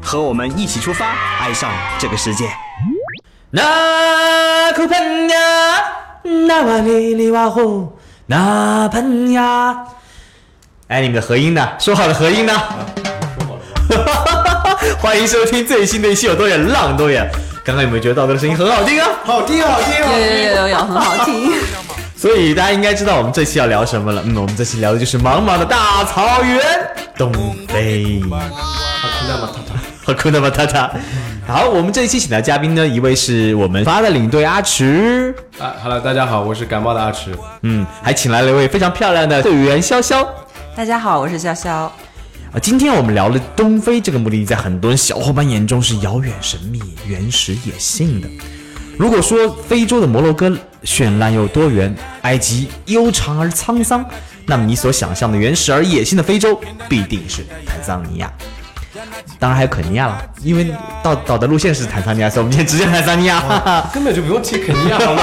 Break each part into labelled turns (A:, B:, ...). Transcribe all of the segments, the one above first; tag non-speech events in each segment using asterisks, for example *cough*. A: 和我们一起出发，爱上这个世界。
B: 那库潘呀，那瓦里里瓦呼，那潘呀。哎，你们的合音呢？说好的合音呢？ *laughs* 欢迎收听最新的一期《有多远浪多远》。刚刚有没有觉得道哥的声音很好听啊？
C: 好听，好听，好
D: 有
C: 听。
D: 有有有有，很好听。
B: 所以大家应该知道我们这期要聊什么了。嗯，我们这期聊的就是茫茫的大草原，东非。和库纳马塔塔。好，我们这一期请到嘉宾呢，一位是我们发的领队阿池，
C: 啊，Hello，大家好，我是感冒的阿池。
B: 嗯，还请来了一位非常漂亮的队员潇潇。
D: 大家好，我是潇潇。
B: 啊，今天我们聊了东非这个目的地，在很多人小伙伴眼中是遥远、神秘、原始、野性的。如果说非洲的摩洛哥绚烂又多元，埃及悠长而沧桑，那么你所想象的原始而野性的非洲，必定是坦桑尼亚。当然还有肯尼亚了，因为到导的路线是坦桑尼亚，所以我们今天直接坦桑尼亚。哈哈。
C: 根本就不用提肯尼亚好吗？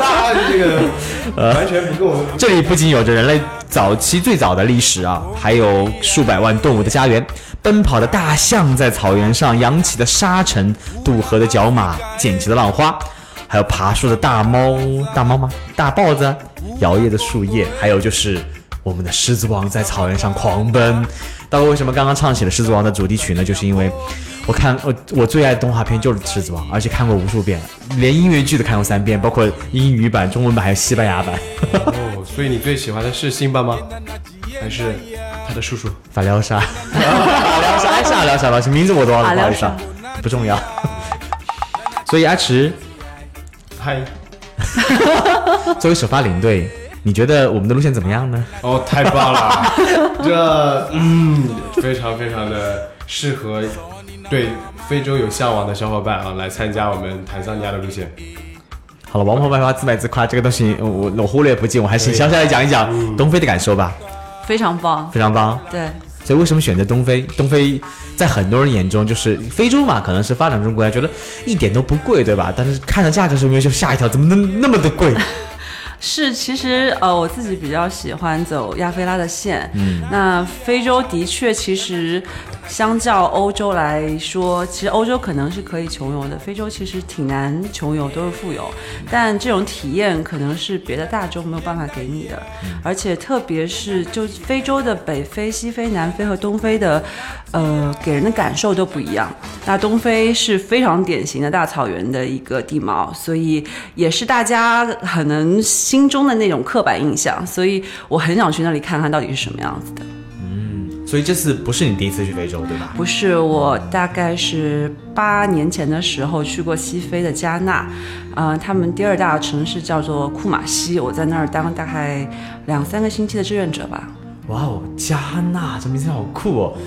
C: *laughs* 那这个完全不够。
B: 这里不仅有着人类早期最早的历史啊，还有数百万动物的家园。奔跑的大象在草原上扬起的沙尘，渡河的角马，溅起的浪花，还有爬树的大猫、大猫吗？大豹子，摇曳的树叶，还有就是我们的狮子王在草原上狂奔。到底为什么刚刚唱起了《狮子王》的主题曲呢？就是因为我看我我最爱的动画片就是《狮子王》，而且看过无数遍了，连音乐剧都看过三遍，包括英语版、中文版还有西班牙版。
C: 哦，所以你最喜欢的是辛巴吗？还是他的叔叔？
B: 法疗沙，法疗沙，哎，是阿廖沙吧？名字我都忘了，
D: 阿
B: 不
D: 廖
B: 好意思啊，不重要。 *laughs* 所以阿池
C: 嗨，
B: 作为首发领队，你觉得我们的路线怎么样呢？
C: 哦，太棒了， *laughs* 这嗯，非常非常的适合对非洲有向往的小伙伴啊，来参加我们坦桑尼亚的路线。
B: 好了，王婆卖花自卖自夸，这个东西呃我我忽略不计，我还是详细来讲一讲东非的感受吧，
D: 非常棒。
B: 非常棒。
D: 对，
B: 所以为什么选择东非？东非在很多人眼中就是非洲嘛，可能是发展中国家，觉得一点都不贵，对吧？但是看着价格时候就吓一跳，怎么能那么的贵？
D: 是其实呃，我自己比较喜欢走亚非拉的线。嗯，那非洲的确，其实相较欧洲来说，其实欧洲可能是可以穷游的，非洲其实挺难穷游，都是富游。但这种体验可能是别的大洲没有办法给你的，而且特别是就非洲的北非、西非、南非和东非的，呃，给人的感受都不一样。那东非是非常典型的大草原的一个地貌，所以也是大家可能心中的那种刻板印象，所以我很想去那里看看到底是什么样子的。
B: 所以这次不是你第一次去非洲，对吧？
D: 不是，我大概是八年前的时候去过西非的加纳，啊、他们第二大城市叫做库马西，我在那儿当大概两三个星期的志愿者吧，
B: 哇哦，加纳这名字好酷哦！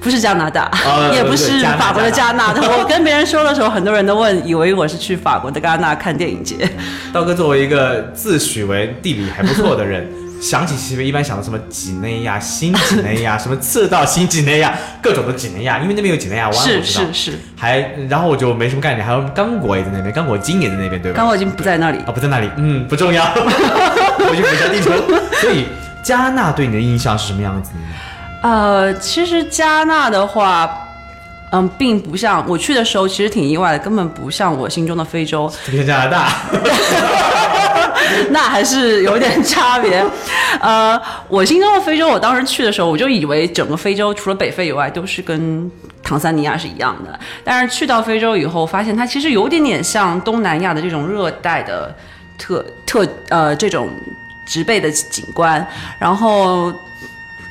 D: 不是加拿大， *laughs*
B: 啊
D: 也不
B: 对
D: 是
B: 加拿大
D: 法国的加
B: *laughs*
D: 拿大。我跟别人说的时候，很多人都问，以为我是去法国的戛纳看电
B: *laughs*
D: 影节。
B: 道哥作为一个自诩为地理还不错的
D: *laughs*
B: 人，想起西非一般想到什么几内亚、新几内
D: *laughs*
B: 亚、什么赤道新几内亚，各种的几内亚，因为那边有几内亚湾，我
D: 是
B: 知道
D: 是是，
B: 还然后我就没什么概念，还有刚果也在那边，刚果金也在那边，对吧？
D: 刚我已经不在那里
B: 啊、。不在那里，嗯，不重要， *laughs* 我去补一下地图。
D: *laughs*
B: 所以加纳对你的印象是什么样子呢？
D: 呃，其实加纳的话。嗯，并不像我去的时候，其实挺意外的，根本不像我心中的非洲，
B: 这边加拿大，
D: *laughs* 那还是有点差别。呃，我心中的非洲，我当时去的时候，我就以为整个非洲除了北非以外，都是跟坦桑尼亚是一样的。但是去到非洲以后，发现它其实有点点像东南亚的这种热带的特特呃这种植被的景观，然后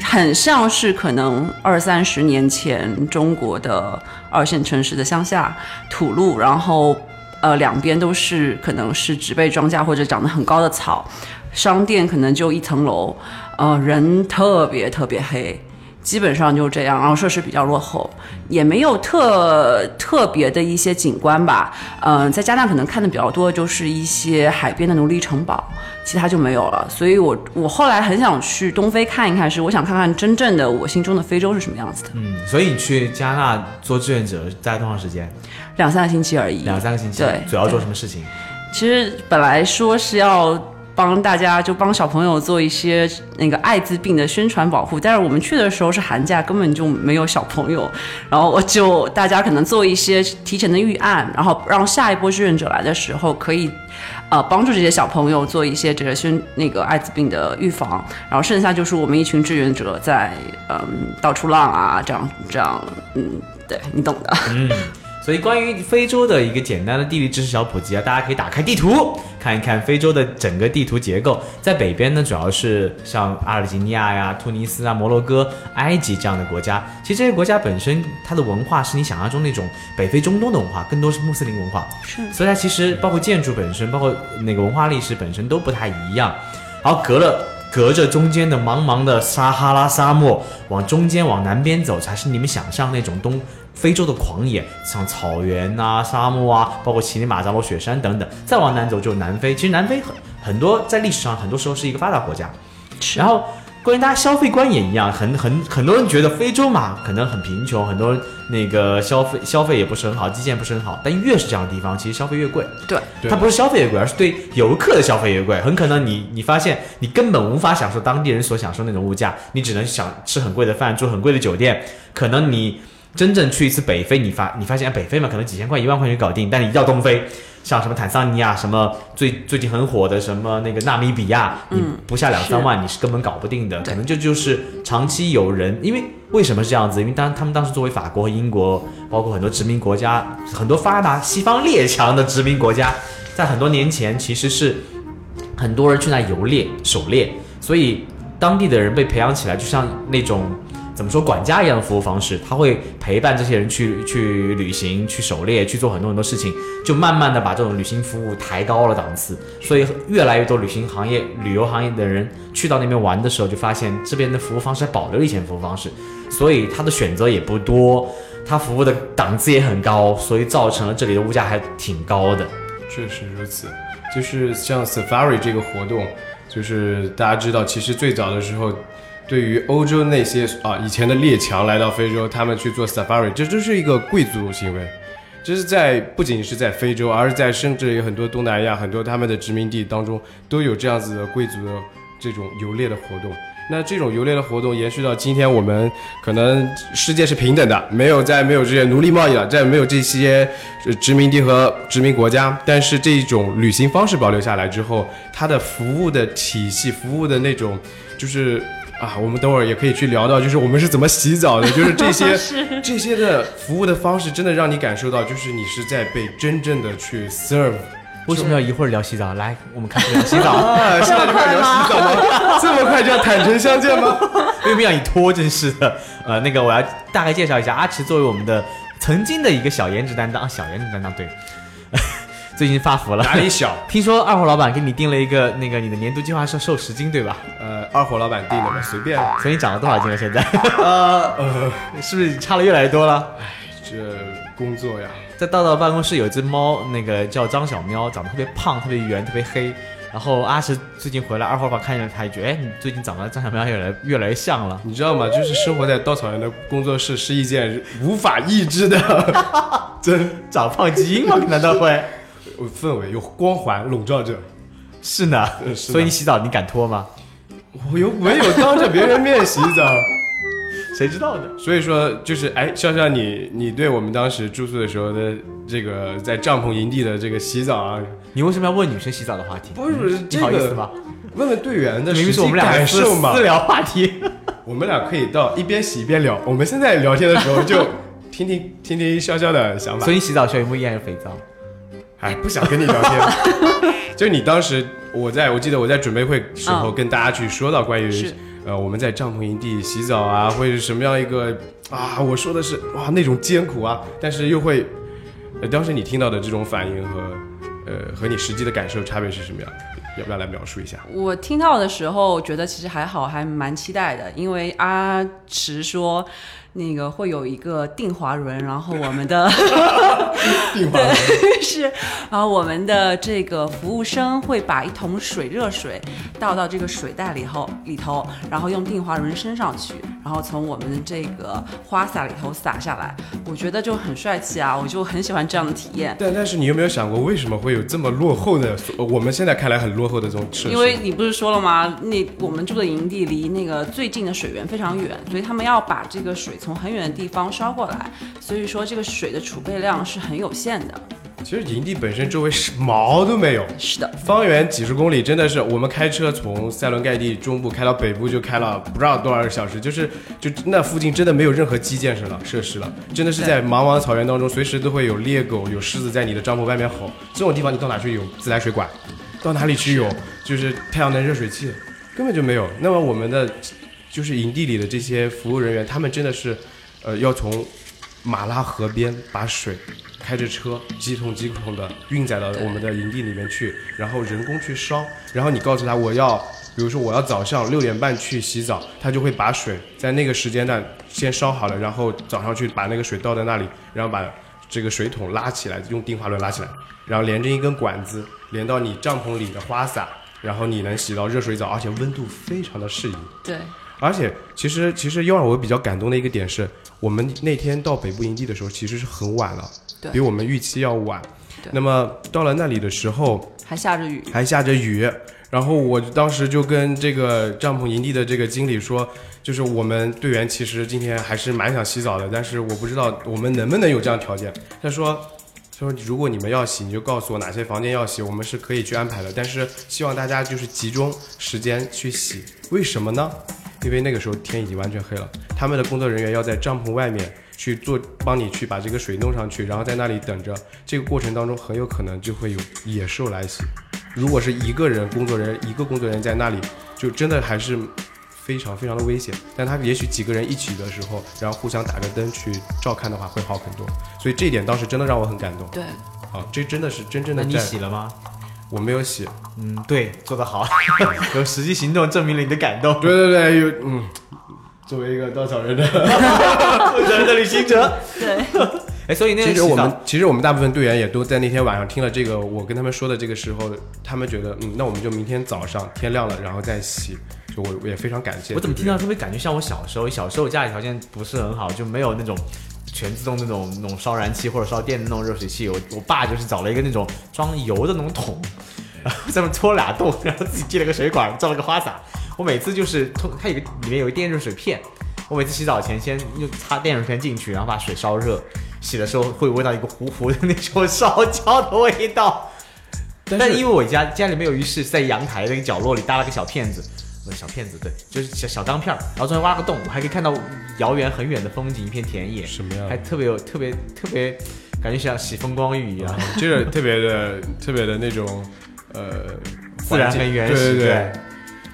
D: 很像是可能二三十年前中国的二线城市的乡下土路，然后呃两边都是可能是植被庄稼或者长得很高的草，商店可能就一层楼，呃人特别特别黑。基本上就这样，然后设施比较落后，也没有特特别的一些景观吧。嗯、在加拿大可能看的比较多就是一些海边的奴隶城堡，其他就没有了。所以我我后来很想去东非看一看，是我想看看真正的我心中的非洲是什么样子的。
B: 嗯，所以你去加拿大做志愿者大概多长时间？
D: 两三个星期而已，
B: 两三个星期。
D: 对，
B: 主要
D: 对
B: 做什么事情？
D: 其实本来说是要帮大家，就帮小朋友做一些那个艾滋病的宣传保护，但是我们去的时候是寒假，根本就没有小朋友，然后我就大家可能做一些提前的预案，然后让下一波志愿者来的时候可以。呃，帮助这些小朋友做一些这个宣那个艾滋病的预防，然后剩下就是我们一群志愿者在嗯到处浪啊，这样这样，嗯，对你懂的。 *laughs*
B: 所以关于非洲的一个简单的地理知识小普及啊，大家可以打开地图看一看非洲的整个地图结构。在北边呢，主要是像阿尔及利亚呀、突尼斯啊、摩洛哥、埃及这样的国家。其实这些国家本身它的文化是你想象中那种北非中东的文化，更多是穆斯林文化。
D: 是
B: 所以它其实包括建筑本身，包括那个文化历史本身都不太一样。然后隔了隔着中间的茫茫的撒哈拉沙漠，往中间往南边走，才是你们想象那种东非洲的狂野，像草原啊、沙漠啊，包括乞力马扎罗雪山等等。再往南走就是南非，其实南非很很多在历史上很多时候是一个发达国家。
D: 是
B: 然后关于大家消费观也一样，很很很多人觉得非洲嘛可能很贫穷，很多人那个消费消费也不是很好，基建不是很好。但越是这样的地方，其实消费越贵。
D: 对，
C: 对
B: 它不是消费越贵，而是对游客的消费越贵。很可能你你发现你根本无法享受当地人所享受那种物价，你只能想吃很贵的饭，住很贵的酒店。可能你真正去一次北非，你发你发现、哎北非嘛，可能几千块、一万块钱搞定，但你一到东非，像什么坦桑尼亚，什么最最近很火的什么那个纳米比亚，你不下两三万你是根本搞不定的。
D: 对
B: 可能这就是长期有人，因为为什么是这样子？因为当他们当时作为法国和英国，包括很多殖民国家，很多发达西方列强的殖民国家，在很多年前其实是很多人去那游猎、狩猎，所以当地的人被培养起来，就像那种怎么说管家一样的服务方式，他会陪伴这些人去去旅行、去狩猎、去做很多很多事情，就慢慢的把这种旅行服务抬高了档次。所以越来越多旅行行业、旅游行业的人去到那边玩的时候，就发现这边的服务方式还保留了以前服务方式，所以他的选择也不多。他服务的档次也很高，所以造成了这里的物价还挺高的。
C: 确实如此，就是像 Safari 这个活动，就是大家知道，其实最早的时候，对于欧洲那些啊以前的列强来到非洲，他们去做 Safari，这就是一个贵族行为。这是在不仅是在非洲，而是在甚至有很多东南亚、很多他们的殖民地当中，都有这样子的贵族的这种游猎的活动。那这种游猎的活动延续到今天，我们可能世界是平等的，没有再没有这些奴隶贸易了，再没有这些呃殖民地和殖民国家。但是这种旅行方式保留下来之后，它的服务的体系、服务的那种就是。啊，我们等会儿也可以去聊到，就是我们是怎么洗澡的， *laughs* 就是这些这些的服务的方式，真的让你感受到，就是你是在被真正的去 serve。 *laughs*
B: 为什么要一会儿聊洗澡？来，我们开始聊洗澡。
C: 啊，现在就开始聊洗澡 *laughs* 吗？这么快就要坦诚相见吗？ *laughs*
B: 因为不想你拖，真是的。呃，那个我要大概介绍一下，阿奇作为我们的曾经的一个小颜值担当，啊小颜值担当对， *laughs* 最近发福了。
C: 哪里小？
B: 听说二货老板给你定了一个那个你的年度计划是瘦十斤对吧？
C: 呃，二货老板定的嘛，随便。
B: 所以你长了多少斤了？现在
C: 呃，
B: *laughs* 是不是差了越来越多了？
C: 这工作呀，
B: 在道道办公室有一只猫，那个叫张小喵，长得特别胖，特别圆，特别黑。然后阿石最近回来，二货老板看见他，觉得哎，你最近长得张小喵越来越来越像了。
C: 你知道吗？就是生活在稻草人的工作室是一件无法抑制的 *laughs* 真
B: 长胖基因吗？难道会？
C: 氛围，有光环笼罩着。
B: 是呢。
C: 嗯是呢
B: 所以你洗澡你敢脱吗？
C: 我又没有当着别人面洗澡。
B: 谁知道呢？
C: 所以说，就是哎，笑笑你，你对我们当时住宿的时候的这个在帐篷营地的这个洗澡啊，
B: 你为什么要问女生洗澡的话题？嗯
C: 不是不是
B: 你
C: 这
B: 好意思
C: 个
B: 吗？
C: 问问队员的
B: 明
C: 实
B: 明是
C: 际
B: 我们俩
C: 感
B: 私
C: 受嘛
B: 私。聊话
C: *laughs*
B: 题。
C: 我们俩可以到一边洗一边聊。我们现在聊天的时候就听听听听笑笑的想法
B: 所。以你洗澡的时候有没有验肥皂？
C: 哎，不想跟你聊天。
D: *laughs*
C: 就是你当时我在我记得我在准备会时候
D: 嗯
C: 跟大家去说到关于、
D: 是
C: 呃我们在帐篷营地洗澡啊，会是什么样一个啊？我说的是哇那种艰苦啊，但是又会，呃当时你听到的这种反应和呃和你实际的感受差别是什么样？要不要来描述一下？
D: 我听到的时候觉得其实还好，还蛮期待的，因为阿池说那个会有一个定滑轮，然后我们
C: *laughs*
D: 的
C: 定化
D: 是，然后我们的这个服务生会把一桶水热水倒到这个水袋里头里头，然后用定滑轮升上去，然后从我们的这个花洒里头洒下来，我觉得就很帅气啊，我就很喜欢这样的体验。
C: 但但是你有没有想过，为什么会有这么落后的？呃我们现在看来很落后的这种设施，
D: 因为你不是说了吗？那我们住的营地离那个最近的水源非常远，所以他们要把这个水从很远的地方烧过来，所以说这个水的储备量是很有限的。
C: 其实营地本身周围是毛都没有，
D: 是的，
C: 方圆几十公里，真的是我们开车从塞伦盖蒂中部开到北部就开了不知道多少个小时，就是就那附近真的没有任何基建设了设施了，真的是在茫茫草原当中，随时都会有猎狗、有狮子在你的帐篷外面吼。这种地方你到哪去有自来水管？到哪里去有就是太阳能热水器？根本就没有。那么我们的就是营地里的这些服务人员，他们真的是呃要从马拉河边把水开着车几桶几桶的运载到我们的营地里面去，然后人工去烧。然后你告诉他我要，比如说我要早上六点半去洗澡，他就会把水在那个时间段先烧好了，然后早上去把那个水倒在那里，然后把这个水桶拉起来，用定滑轮拉起来，然后连着一根管子连到你帐篷里的花洒，然后你能洗到热水澡，而且温度非常的适宜。
D: 对，
C: 而且其实其实又让我比较感动的一个点是，我们那天到北部营地的时候其实是很晚了，
D: 对
C: 比我们预期要晚
D: 对。
C: 那么到了那里的时候，
D: 还下着雨。
C: 还下着雨。然后我当时就跟这个帐篷营地的这个经理说，就是我们队员其实今天还是蛮想洗澡的，但是我不知道我们能不能有这样条件。他说，他说如果你们要洗，你就告诉我哪些房间要洗，我们是可以去安排的。但是希望大家就是集中时间去洗，为什么呢？因为那个时候天已经完全黑了，他们的工作人员要在帐篷外面去做，帮你去把这个水弄上去，然后在那里等着。这个过程当中很有可能就会有野兽来袭。如果是一个人工作人员一个工作人员在那里，就真的还是非常非常的危险。但他也许几个人一起的时候，然后互相打个灯去照看的话，会好很多。所以这一点当时真的让我很感动。
D: *laughs* 对，
C: 啊，这真的是真正
B: 那
C: 的
B: 你
C: 在
B: 洗了吗？
C: 我没有洗。
B: 嗯，对，做得
C: *laughs*
B: 好，有实际行动证明了你的感动。
C: 对对对，有嗯，作为一个稻草人的，
B: 责任的旅行
C: *laughs*
B: 者。
D: 对，
B: 哎，所以那个
C: 其实
B: 洗
C: 我
B: 澡
C: 们其实我们大部分队员也都在那天晚上听了这个，我跟他们说的这个时候，他们觉得嗯，那我们就明天早上天亮了然后再洗。就我我也非常感谢。
B: 我怎么听到特别感觉像我小时候？小时候家里条件不是很好，就没有那种全自动那种那种烧燃气或者烧电的那种热水器。我我爸就是找了一个那种装油的那种桶，
C: 嗯
B: *laughs* 然后上面戳俩洞，然后自己接了个水管，造了个花洒。我每次就是通，它有个里面有个电热水片，我每次洗澡前先用插电热水片进去，然后把水烧热。洗的时候会闻到一个糊糊的那种烧焦的味道，但
C: 但是
B: 因为我家家里没有浴室，在阳台的一个角落里搭了个小片子，不是小片子，对，就是小小钢片儿，然后中间挖了个洞，我还可以看到遥远很远的风景，一片田野，
C: 什么样的
B: 还特别有特别特别，感觉像洗风光浴一样，
C: 就是特别的、特别的那种，呃，
B: 自然
C: 环境
B: 很原
C: 对
B: 始，
C: 对对。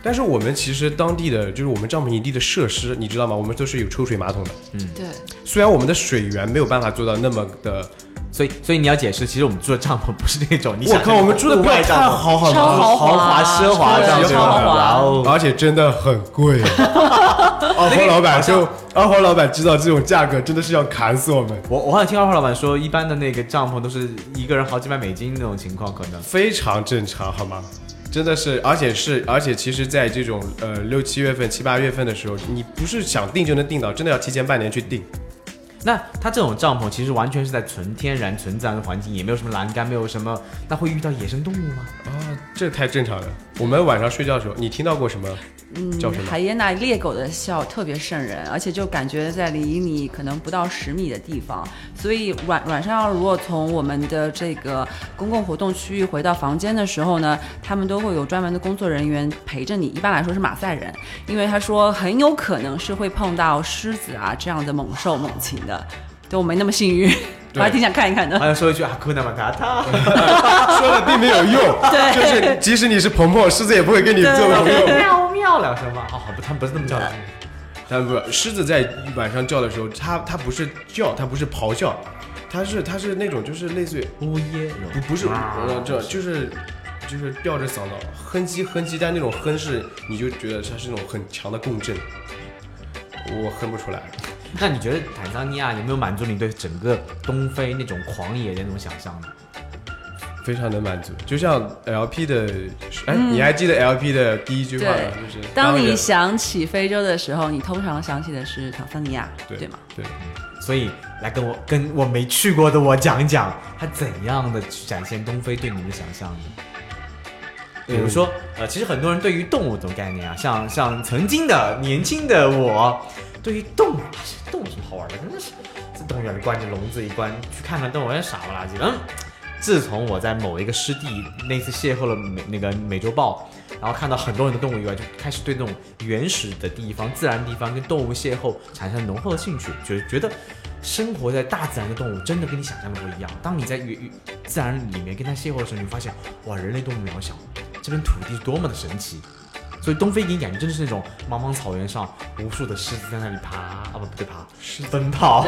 C: 但是我们其实当地的，就是我们帐篷营地的设施，你知道吗？我们都是有抽水马桶的。
D: 对，
C: 虽然我们的水源没有办法做到那么的，
B: 所以所以你要解释，其实我们住的帐篷不是那种你
C: 我
B: 想
C: 靠，我们住的
B: 户
C: 不
B: 外
C: 太
B: 帐篷
C: 好，好
D: 超
C: 吗？
D: 豪华
B: 华奢华
D: 对
B: 帐篷，
D: 超豪华
B: 哇哦，
C: 而且真的很贵。二黄老板就二黄老板知道这种价格真的是要砍死我们，
B: 我我好像听二号老板说，一般的那个帐篷都是一个人好几百美金那种情况，可能
C: 非常正常，好吗？真的是，而且是，而且其实，在这种呃六七月份、七八月份的时候，你不是想订就能订到，真的要提前半年去订。
B: 那它这种帐篷其实完全是在纯天然、纯自然的环境，也没有什么栏杆，没有什么，那会遇到野生动物吗？
C: 啊，这太正常了。我们晚上睡觉的时候，你听到过什么？叫什
D: 嗯，
C: 么？
D: 海耶娜猎狗的笑特别瘆人，而且就感觉在离你可能不到十米的地方，所以晚晚上如果从我们的这个公共活动区域回到房间的时候呢，他们都会有专门的工作人员陪着你。一般来说是马赛人，因为他说很有可能是会碰到狮子啊这样的猛兽猛禽的，对我没那么幸运， *laughs* 我还挺想看一看的
B: 好。像说一句啊，库纳马塔塔，
C: 说了并没有用，
D: *laughs* 对
C: 就是即使你是鹏鹏，狮子也不会跟你做朋友。
B: 喵喵两声吗？哦，不，他们不是那么叫的。
C: 但不，狮子在晚上叫的时候，它它不是叫，它不是咆哮，它是它是那种就是类似于呃
B: 呜咽，
C: 不不是呃这就是就是吊着嗓子哼唧哼唧，但那种哼是你就觉得它是那种很强的共振，我哼不出来。
B: 那你觉得坦桑尼亚有没有满足你对整个东非那种狂野的那种想象呢？
C: 非常能满足，就像 LP 的，哎，你还记得 LP 的第一句话吗？就是
D: 嗯当你
C: 人
D: 想起非洲的时候，你通常想起的是坦桑尼亚，
C: 对
D: 吗？？
C: 对，
B: 所以来跟我跟我没去过的我讲一讲，它怎样的去展现东非对你们的想象呢？比如说，呃，其实很多人对于动物这种概念啊，像像曾经的年轻的我，对于动物，啊动物有什么好玩的？真的是，这动物园里关着笼子一关，去看看动物园傻不拉几的。嗯，自从我在某一个湿地那次邂逅了美那个美洲豹，然后看到很多人的动物以外，就开始对那种原始的地方、自然地方跟动物邂逅产生浓厚的兴趣，觉觉得生活在大自然的动物真的跟你想象的不一样。当你在与与自然里面跟它邂逅的时候，你会发现哇，人类多么渺小，这片土地是多么的神奇。所以东非给你感觉真的是那种茫茫草原上无数的狮子在那里爬啊不不对爬， *laughs* 奔跑，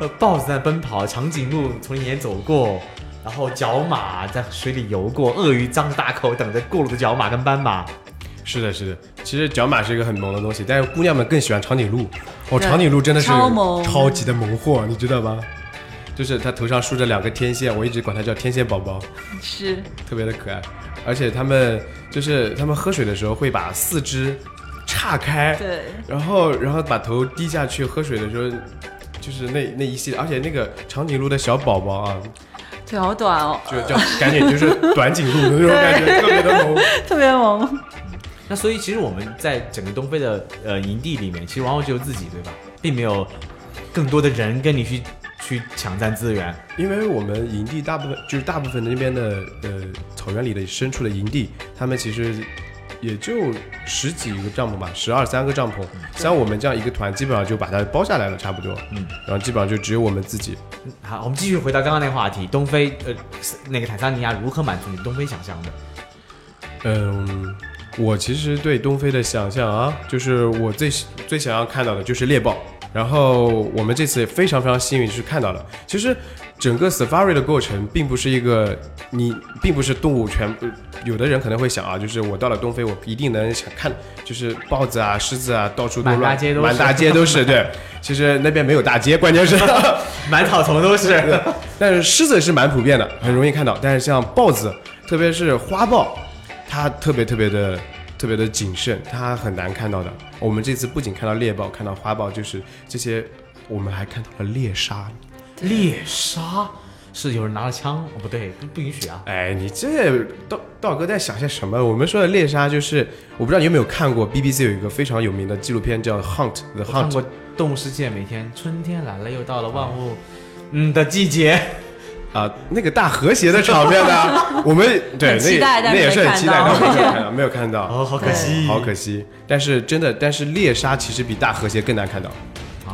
B: 呃豹子在 *laughs* 奔跑，长颈鹿从你眼前走过，然后角马在水里游过，鳄鱼张着大口等着过路的角马跟斑马。
C: 是的，是的。其实角马是一个很萌的东西，但是姑娘们更喜欢长颈鹿。哦，长颈鹿真的是
D: 超萌
C: 超级的萌货，你知道吗？就是它头上梳着两个天线，我一直管它叫天线宝宝，
D: 是
C: 特别的可爱。而且它们就是它们喝水的时候会把四肢岔开，
D: *laughs* 对，
C: 然后然后把头低下去喝水的时候，就是那那一系列，而且那个长颈鹿的小宝宝啊，
D: 腿好短哦，
C: 就叫赶紧就是短颈鹿的那种感觉，特别的萌。
D: *laughs* 特别萌。
B: 那所以其实我们在整个东非的呃营地里面，其实往往只有自己，对吧？并没有更多的人跟你去去抢占资源。
C: 因为我们营地大部分就是大部分那边的呃草原里的深处的营地，他们其实也就十几个帐篷吧，十二三个帐篷，像我们这样一个团，基本上就把它包下来了，差不多。嗯，然后基本上就只有我们自己。
B: 好，我们继续回到刚刚那个话题，东非呃是那个坦桑尼亚如何满足你东非想象的？
C: 嗯，我其实对东非的想象啊，就是我最最想要看到的就是猎豹。然后我们这次也非常非常幸运，就是看到了。其实整个 safari 的过程并不是一个你并不是动物全，呃有的人可能会想啊，就是我到了东非，我一定能想看，就是豹子啊、狮子啊，到处都
B: 满
C: 乱，
B: 大街都是
C: 满大街都是。对，其实那边没有大街，
B: *laughs*
C: 关键是
B: 满草丛都是。
C: 但是狮子是蛮普遍的，很容易看到。但是像豹子，特别是花豹，它特别特别的、特别的谨慎，它很难看到的。我们这次不仅看到猎豹，看到花豹，就是这些，我们还看到了猎杀。
B: 猎杀是有人拿了枪，哦不对，不不允许啊。
C: 哎，你这道道哥在想些什么？我们说的猎杀就是，我不知道你有没有看过 BBC 有一个非常有名的纪录片叫《Hunt
B: *laughs* 我
C: the
B: 看
C: Hunt》
B: 过，《动物世界》，每天春天来了，又到了万物嗯的季节。
C: 啊、那个大和谐的场面
D: *laughs*
C: 呢，我们对
D: 很
C: 那
D: 期待但是
C: 那也
D: 没
C: 是很
D: 看
C: 期待，
D: 到
C: 但没有看到，没有看到。
B: 哦，好可惜，
C: 嗯好可惜。但是真的，但是猎杀其实比大和谐更难看到，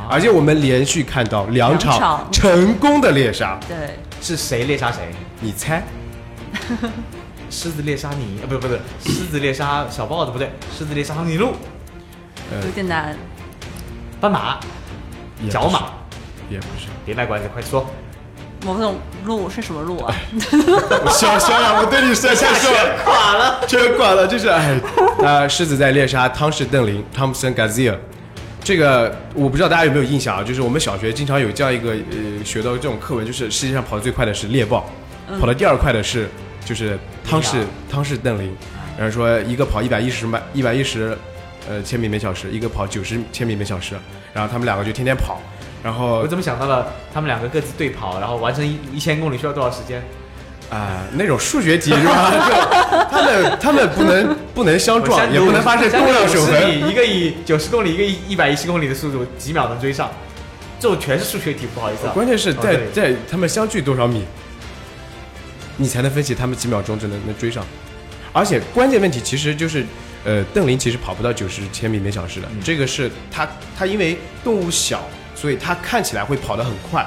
C: 而且我们连续看到两
D: 两
C: 场
D: 场
C: 成功的猎杀，
D: 对，
B: 是谁猎杀谁？
C: 你猜？
B: 狮子猎杀你，呃，不不不，狮子猎杀小豹子，不对，狮子猎杀长颈鹿、
D: 有点难。
B: 斑马、
C: 也不是
B: 角马，
C: 也不是。
B: 别卖关子，快说。
D: 某种鹿是什么鹿啊？
C: 哎我小小冉，我对你说下说垮了，全垮了，就是哎，呃，狮子在猎杀汤氏邓林 （Thompson Gazia）。这个我不知道大家有没有印象啊，就是我们小学经常有这样一个呃学到这种课文，就是世界上跑得最快的是猎豹，跑得第二快的是就是汤氏汤氏邓林，然后说一个跑一百一十迈一百一十呃千米每小时，一个跑九十千米每小时，然后他们两个就天天跑，然后
B: 我怎么想到了他们两个各自对跑，然后完成一一千公里需要多少时间？
C: 啊、那种数学题是吧？ *laughs* 就他们他们不能不能相撞，也不能发生
B: 相
C: 动
B: 比
C: 量守
B: 50
C: 恒。
B: 米，一个以九十公里，一个以一百一十公里的速度，几秒能追上？这种全是数学题，不好意思啊。
C: 关键是
B: 哦
C: 在、
B: 对
C: 在他们相距多少米，你才能分析他们几秒钟之能能追上。而且关键问题其实就是，呃，邓林其实跑不到九十千米每小时的，
B: 嗯
C: 这个是他他因为动物小，所以他看起来会跑得很快，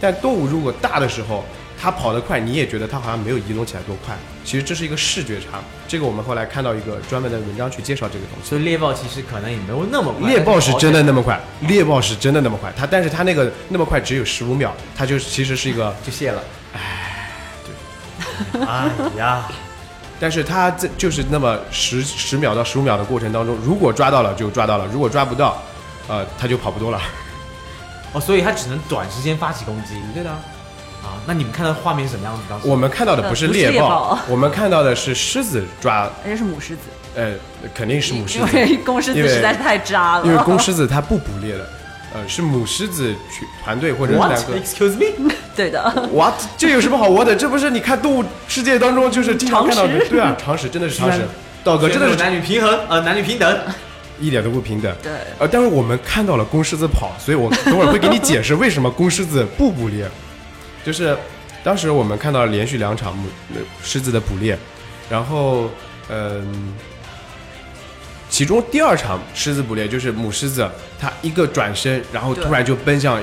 C: 但动物如果大的时候。它跑得快，你也觉得它好像没有移动起来多快。其实这是一个视觉差，这个我们后来看到一个专门的文章去介绍这个东西。
B: 所以猎豹其实可能也没有那么快。
C: 猎豹是真的
B: 但
C: 那么快，猎豹是真的那么快，它但是它那个那么快只有十五秒，它就其实是一个
B: *laughs* 是跑起来就谢了。哎，对。哎呀，
C: 但是它这就是那么十十秒到十五秒的过程当中，如果抓到了就抓到了，如果抓不到，呃，它就跑不动了。
B: 哦，所以它只能短时间发起攻击。对的。啊，那你们看到画面是什么样子？当时
C: 我们看到的不是猎
D: 呃不是猎豹
C: 我们看到的是狮子抓，
D: 而且哎是母狮子，
C: 呃，肯定是母狮
D: 因 *laughs*
C: 子，
D: 为公狮子
C: 因为
D: 实在是太渣了。
C: 因为公狮子它不捕猎的，呃，是母狮子去团队或者是两
B: What?
C: 个。
B: Excuse
C: *laughs*
B: me？
D: *laughs* 对的，
C: 哇，这有什么好我的？这不是你看动物世界当中就是经常看到
D: 常
C: 的，
D: 识
C: 对啊，常识真的是常识。
B: *laughs*
C: 道哥真的
B: 有
C: 是
B: 男女平衡，呃，男女平等。
C: 一点都不平等。
D: 对
C: 呃，但是我们看到了公狮子跑，所以我等会儿会给你解释为什么公狮子不捕猎。 *laughs* 就是当时我们看到了连续两场母呃狮子的捕猎，然后嗯、其中第二场狮子捕猎就是母狮子，它一个转身，然后
D: 对
C: 突然就奔向。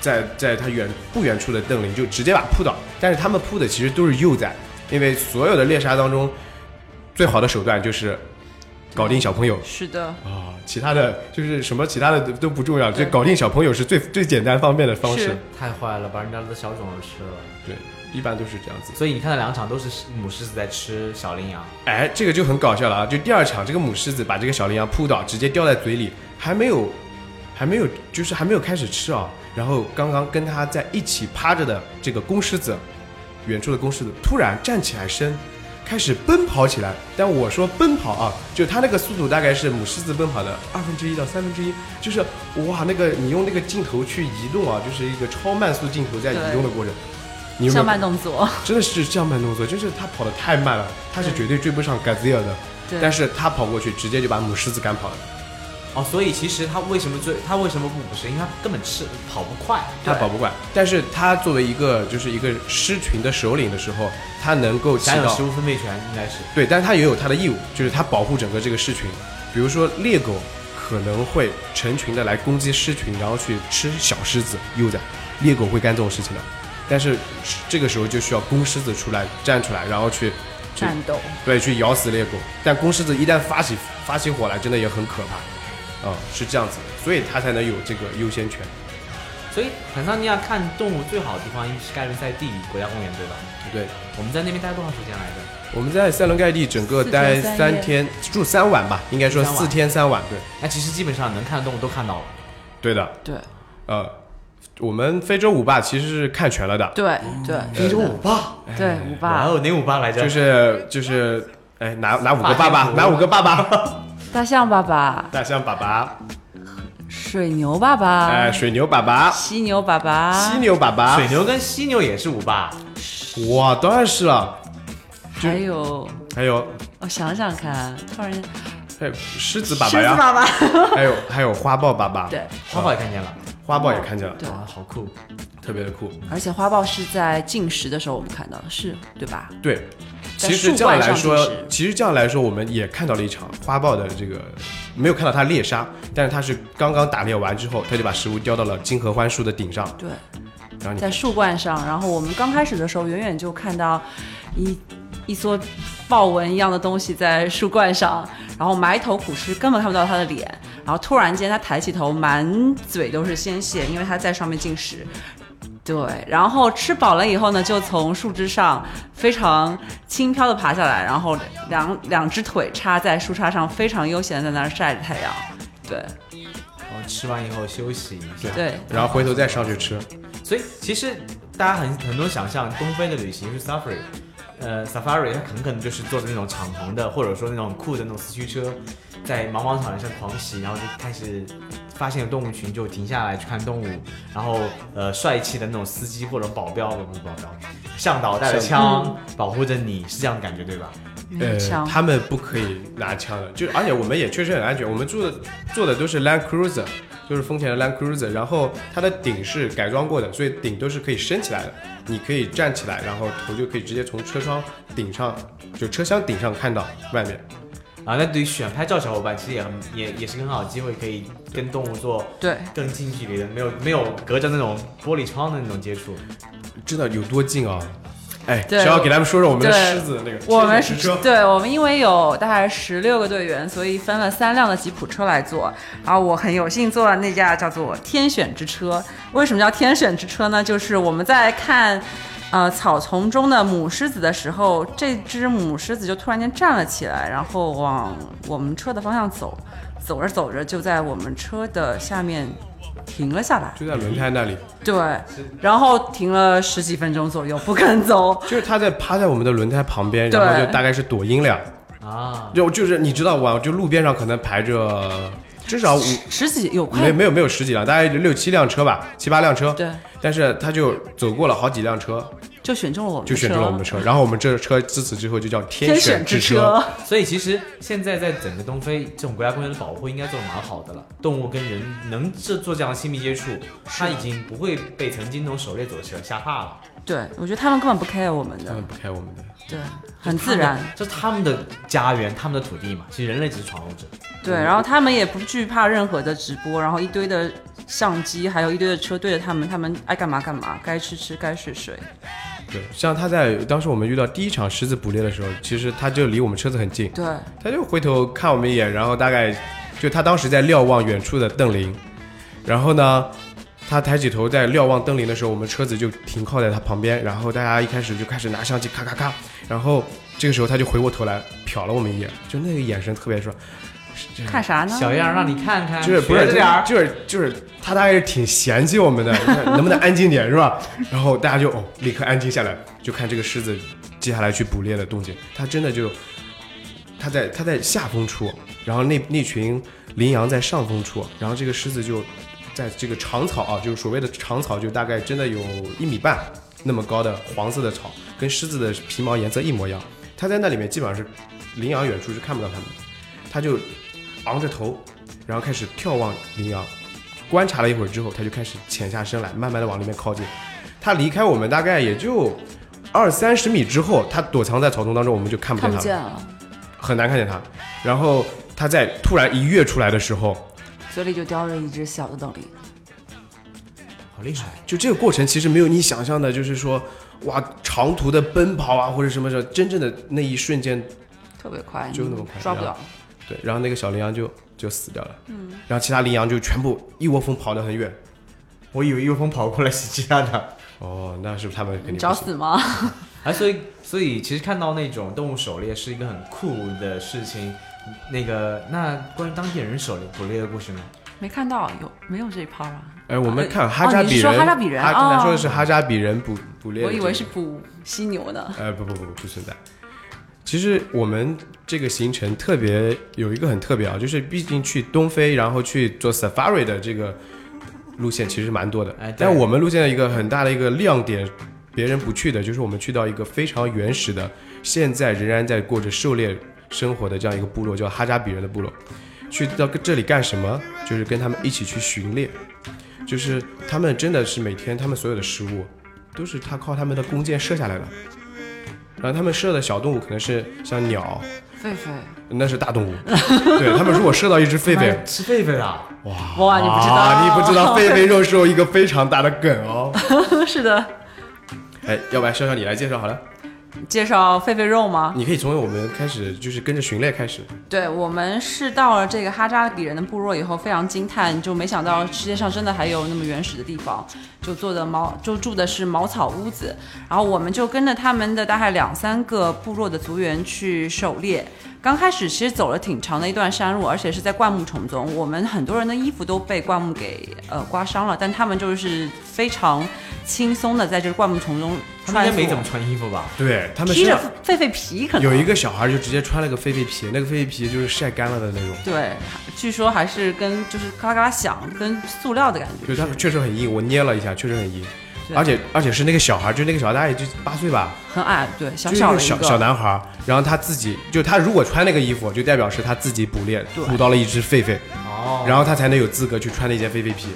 C: 在在它远不远处的邓林就直接把扑倒，但是他们扑的其实都是幼崽，因为所有的猎杀当中，最好的手段就是搞定小朋友，
D: 是的，
C: 啊，其他的就是什么其他的都都不重要，就搞定小朋友是最最简单方便的方式
D: 是。
B: 太坏了，把人家的小种儿吃了。
C: 对，一般都是这样子。
B: 所以你看到两场都是母狮子在吃小羚羊。
C: 哎，这个就很搞笑了啊！就第二场，这个母狮子把这个小羚羊扑倒，直接叼在嘴里，还没有，还没有，就是还没有开始吃啊。然后刚刚跟它在一起趴着的这个公狮子，远处的公狮子突然站起来身，开始奔跑起来。但我说奔跑啊，就它那个速度大概是母狮子奔跑的二分之一到三分之一，就是哇，那个你用那个镜头去移动啊，就是一个超慢速镜头在移动的过程。你有没有
D: 上半动作，
C: 真的是这样慢动作，就是他跑得太慢了，他是绝对追不上 Gazelle 的。
D: 对
C: 但是他跑过去，直接就把母狮子赶跑了。
B: 哦，所以其实它为什么追，它为什么不捕食？因为它根本吃跑不快。
C: 他跑不快，但是他作为一个就是一个狮群的首领的时候，他能够起
B: 享有
C: 到
B: 食物分配权，应该是。
C: 对，但他也有他的义务，就是他保护整个这个狮群。比如说猎狗可能会成群的来攻击狮群，然后去吃小狮子、幼崽，猎狗会干这种事情的。但是这个时候就需要公狮子出来站出来，然后去去
D: 战斗，
C: 对，去咬死猎狗。但公狮子一旦发起发起火来，真的也很可怕，啊、是这样子的，所以它才能有这个优先权。
B: 所以坦桑尼亚看动物最好的地方应该是盖伦塞蒂国家公园，对吧？
C: 对，
B: 我们在那边待多长时间来着？
C: 我们在塞伦盖蒂整个
D: 四天
C: 待
D: 三
C: 三
D: 夜
C: 天，住三晚吧，应该说
B: 三晚
C: 四天三晚。对，
B: 那哎其实基本上能看的动物都看到了。
C: 对的，
D: 对
C: 呃，我们非洲五霸其实是看全了的，
D: 对对，
C: 嗯哎
B: 非洲五霸，
D: 对五
B: 哎哇
D: 霸，
B: 哦，哪五霸来着？
C: 就是就是，哎，哪哪五个
B: 霸
C: 爸爸？
B: 天
C: 哪五个
D: *laughs*
C: 爸爸？
D: 大象爸爸，
C: 大象爸爸，
D: 水牛爸爸
C: 哎，，水牛爸爸，
D: 犀牛爸爸，
C: 犀牛爸爸
B: 水，牛跟犀牛也是五霸。
C: 哇，当然是了。
D: 还有
C: 还有，
D: 我想想看，突然间，
C: 还有狮子爸
D: 狮
C: 爸
D: 子
C: 呀，
D: 爸爸，
C: *laughs* 还有还有花豹爸爸，
D: 对
B: 花豹也看见了，
C: 花豹也看见了，
D: 对，
B: 哇，好酷！
C: 特别的酷。
D: 而且花豹是在进食的时候我们看到的，是对吧？
C: 对，
D: 在
C: 其实
D: 树
C: 这样
D: 冠
C: 来
D: 上
C: 说
D: 就是，
C: 其实这样来说，我们也看到了一场花豹的这个，没有看到它猎杀，但是它是刚刚打猎完之后，它就把食物叼到了金合欢树的顶上，
D: 对，
C: 然后你
D: 在树冠上，然后我们刚开始的时候，远远就看到一一撮豹纹一样的东西在树冠上，然后埋头苦吃，根本看不到它的脸。然后突然间，它抬起头，满嘴都是鲜血，因为它在上面进食。对，然后吃饱了以后呢，就从树枝上非常轻飘的爬下来，然后两两只腿插在树杈上，非常悠闲地在那儿晒着太阳。对
B: 然后吃完以后休息一下。
D: 对，
C: 然后回头再上去吃。
B: 所以其实大家很很多想象东非的旅行是 safari，呃 safari 它很可能就是坐着那种敞篷的，或者说那种酷的那种四驱车，在茫茫草原上狂骑，然后就开始发现有动物群就停下来去看动物，然后呃帅气的那种司机或者保镖不是保镖，向导带着枪保护着你，是这样的感觉对吧？
C: 呃
D: 枪，
C: 他们不可以拿枪的，就是而且我们也确实很安全，我们住的坐的都是 Land Cruiser，就是丰田的 Land Cruiser，然后它的顶是改装过的，所以顶都是可以升起来的，你可以站起来，然后头就可以直接从车窗顶上，就车厢顶上看到外面。
B: 啊，那对于选拍照小伙伴其实也很也也是个很好的机会，可以跟动物做
D: 对
B: 更近距离的，没有没有隔着那种玻璃窗的那种接触。
C: 真的有多近啊！哎，
D: 对
C: 小要给他们说说我们的
D: 对
C: 狮子那个，
D: 我们是
C: 狮子车，
D: 对，我们因为有大概十六个队员，所以分了三辆的吉普车来坐。然后我很有幸坐了那架叫做“天选之车”。为什么叫“天选之车”呢？就是我们在看呃草丛中的母狮子的时候，这只母狮子就突然间站了起来，然后往我们车的方向走，走着走着就在我们车的下面停了下来。
C: 就在轮胎那里，
D: 对，然后停了十几分钟左右，不肯走。
C: 就是它在趴在我们的轮胎旁边，
D: 对
C: 然后就大概是躲阴凉啊，就就是你知道吧，就路边上可能排着至少五。
D: 十几有
C: 没
D: 快
C: 没有没有十几辆，大概六七辆车吧，七八辆车。
D: 对，
C: 但是他就走过了好几辆车，
D: 就选中了我们，
C: 就选中了我们的。车。然后我们这车自此之后就叫天
D: 啊天
C: 选
D: 选
C: 之
D: 之车，
B: 所以其实现在在整个东非这种国家公园的保护应该做的蛮好的了，动物跟人能这做这样的亲密接触，它已经不会被曾经那种狩猎者所吓怕了，
D: 对，我觉得他们根本不 care 我们
C: 他
D: 的，
C: 嗯们不开我们的，
D: 对，很自然。
B: 这是他们的家园，他们的土地嘛，其实人类只是闯入者。
D: 对，
C: 嗯
D: 然后他们也不惧怕任何的直播，然后一堆的相机，还有一堆的车对着他们，他们爱干嘛干嘛，该吃吃，该睡睡。
C: 对，像他在当时我们遇到第一场狮子捕猎的时候，其实他就离我们车子很近，
D: 对，
C: 他就回头看我们一眼，然后大概就他当时在瞭望远处的邓林，然后呢，他抬起头在瞭望邓林的时候，我们车子就停靠在他旁边，然后大家一开始就开始拿相机咔咔咔，然后这个时候他就回过头来瞟了我们一眼，就那个眼神特别爽，
D: 看啥呢？
B: 小样，让你看看，
C: 就是不
B: 学
C: 是
B: 着点儿，
C: 就是就是他大概是挺嫌弃我们的，你看能不能安静点是吧？然后大家就哦立刻安静下来，就看这个狮子接下来去捕猎的动静。它真的就它在它在下风处，然后那那群羚羊在上风处，然后这个狮子就在这个长草啊，就是所谓的长草，就大概真的有一米半那么高的黄色的草，跟狮子的皮毛颜色一模一样。它在那里面基本上是羚羊远处是看不到它们的，它就昂着头，然后开始眺望羚羊，观察了一会儿之后，它就开始潜下身来，慢慢的往里面靠近。它离开我们大概也就二三十米之后，它躲藏在草丛当中，我们就看不见
D: 看
C: 它
D: 不见
C: 了。
D: 了，
C: 很难看见它。然后它在突然一跃出来的时候，
D: 嘴里就叼着一只小的等离。
B: 好厉害，
C: 就这个过程其实没有你想象的，就是说哇，长途的奔跑啊或者什么什么，真正的那一瞬间，
D: 特别快，
C: 就那么快
D: 抓不了。
C: 对，然后那个小羚羊就就死掉了，嗯，然后其他羚羊就全部一窝蜂跑得很远。
B: 我以为幽风跑过来是这样的。
C: 哦，那是不是他们肯定
D: 你
C: 不
D: 找
C: 行
D: 死吗？
C: *laughs*
B: 哎，所以所以其实看到那种动物狩猎是一个很酷的事情。那个，那关于当地人狩猎捕猎的故事呢？
D: 没看到，有没有这一趴吧？
C: 哎，我们看
D: 哦
C: 哈扎
D: 你
C: 比
D: 是
C: 人，
D: 说哈扎比人
C: 哈他
D: 哦
C: 说的是哈扎比人捕捕猎的
D: 我以
C: 这
D: 为
C: 个
D: 是捕犀牛呢。
C: 呃，不不不，不存在。其实我们这个行程特别有一个很特别啊，就是毕竟去东非，然后去做 safari 的这个路线其实蛮多的。
B: 哎对
C: 但我们路线的一个很大的一个亮点，别人不去的，就是我们去到一个非常原始的，现在仍然在过着狩猎生活的这样一个部落，叫哈扎比人的部落。去到这里干什么？就是跟他们一起去巡猎，就是他们真的是每天他们所有的食物都是他靠他们的弓箭射下来的。然后他们射的小动物可能是像鸟，
D: 狒狒，
C: 那是大动物。 *laughs* 对他们如果射到一只狒狒，
B: 吃狒狒啊！
D: *laughs* 哇，你不知道，
C: 啊，你不知道 *laughs* 狒狒肉是有一个非常大的梗哦。
D: *laughs* 是的，
C: 哎，要不然潇潇你来介绍好了，
D: 介绍狒狒肉吗？
C: 你可以从我们开始，就是跟着巡猎开始。
D: 对我们是到了这个哈扎比人的部落以后，非常惊叹，就没想到世界上真的还有那么原始的地方，就做的茅，就住的是茅草屋子，然后我们就跟着他们的大概两三个部落的族员去狩猎。刚开始其实走了挺长的一段山路，而且是在灌木丛中，我们很多人的衣服都被灌木给呃刮伤了，但他们就是非常轻松的在这个灌木丛中
B: 他们
D: 穿
B: 应该没
D: 梭
B: 怎么穿衣服吧？
C: 对他们
D: 披 *laughs*
C: 身
D: 着
C: 上
D: 狒狒皮，可能
C: 有一个小孩就直接穿了个狒狒皮，那个狒狒皮就是晒干了的那种，
D: 对，据说还是跟就是咔啦咔啦响，跟塑料的感觉。
C: 就是它确实很硬，我捏了一下，确实很硬。
D: 对
C: 而且而且是那个小孩，就是那个小孩大概也就八岁吧，
D: 很矮，对，小
C: 就是
D: 小的
C: 个
D: 一
C: 小小男孩儿，然后他自己就他如果穿那个衣服，就代表是他自己捕猎
D: 对
C: 捕到了一只狒狒，
B: 哦
C: 然后他才能有资格去穿那件狒狒皮。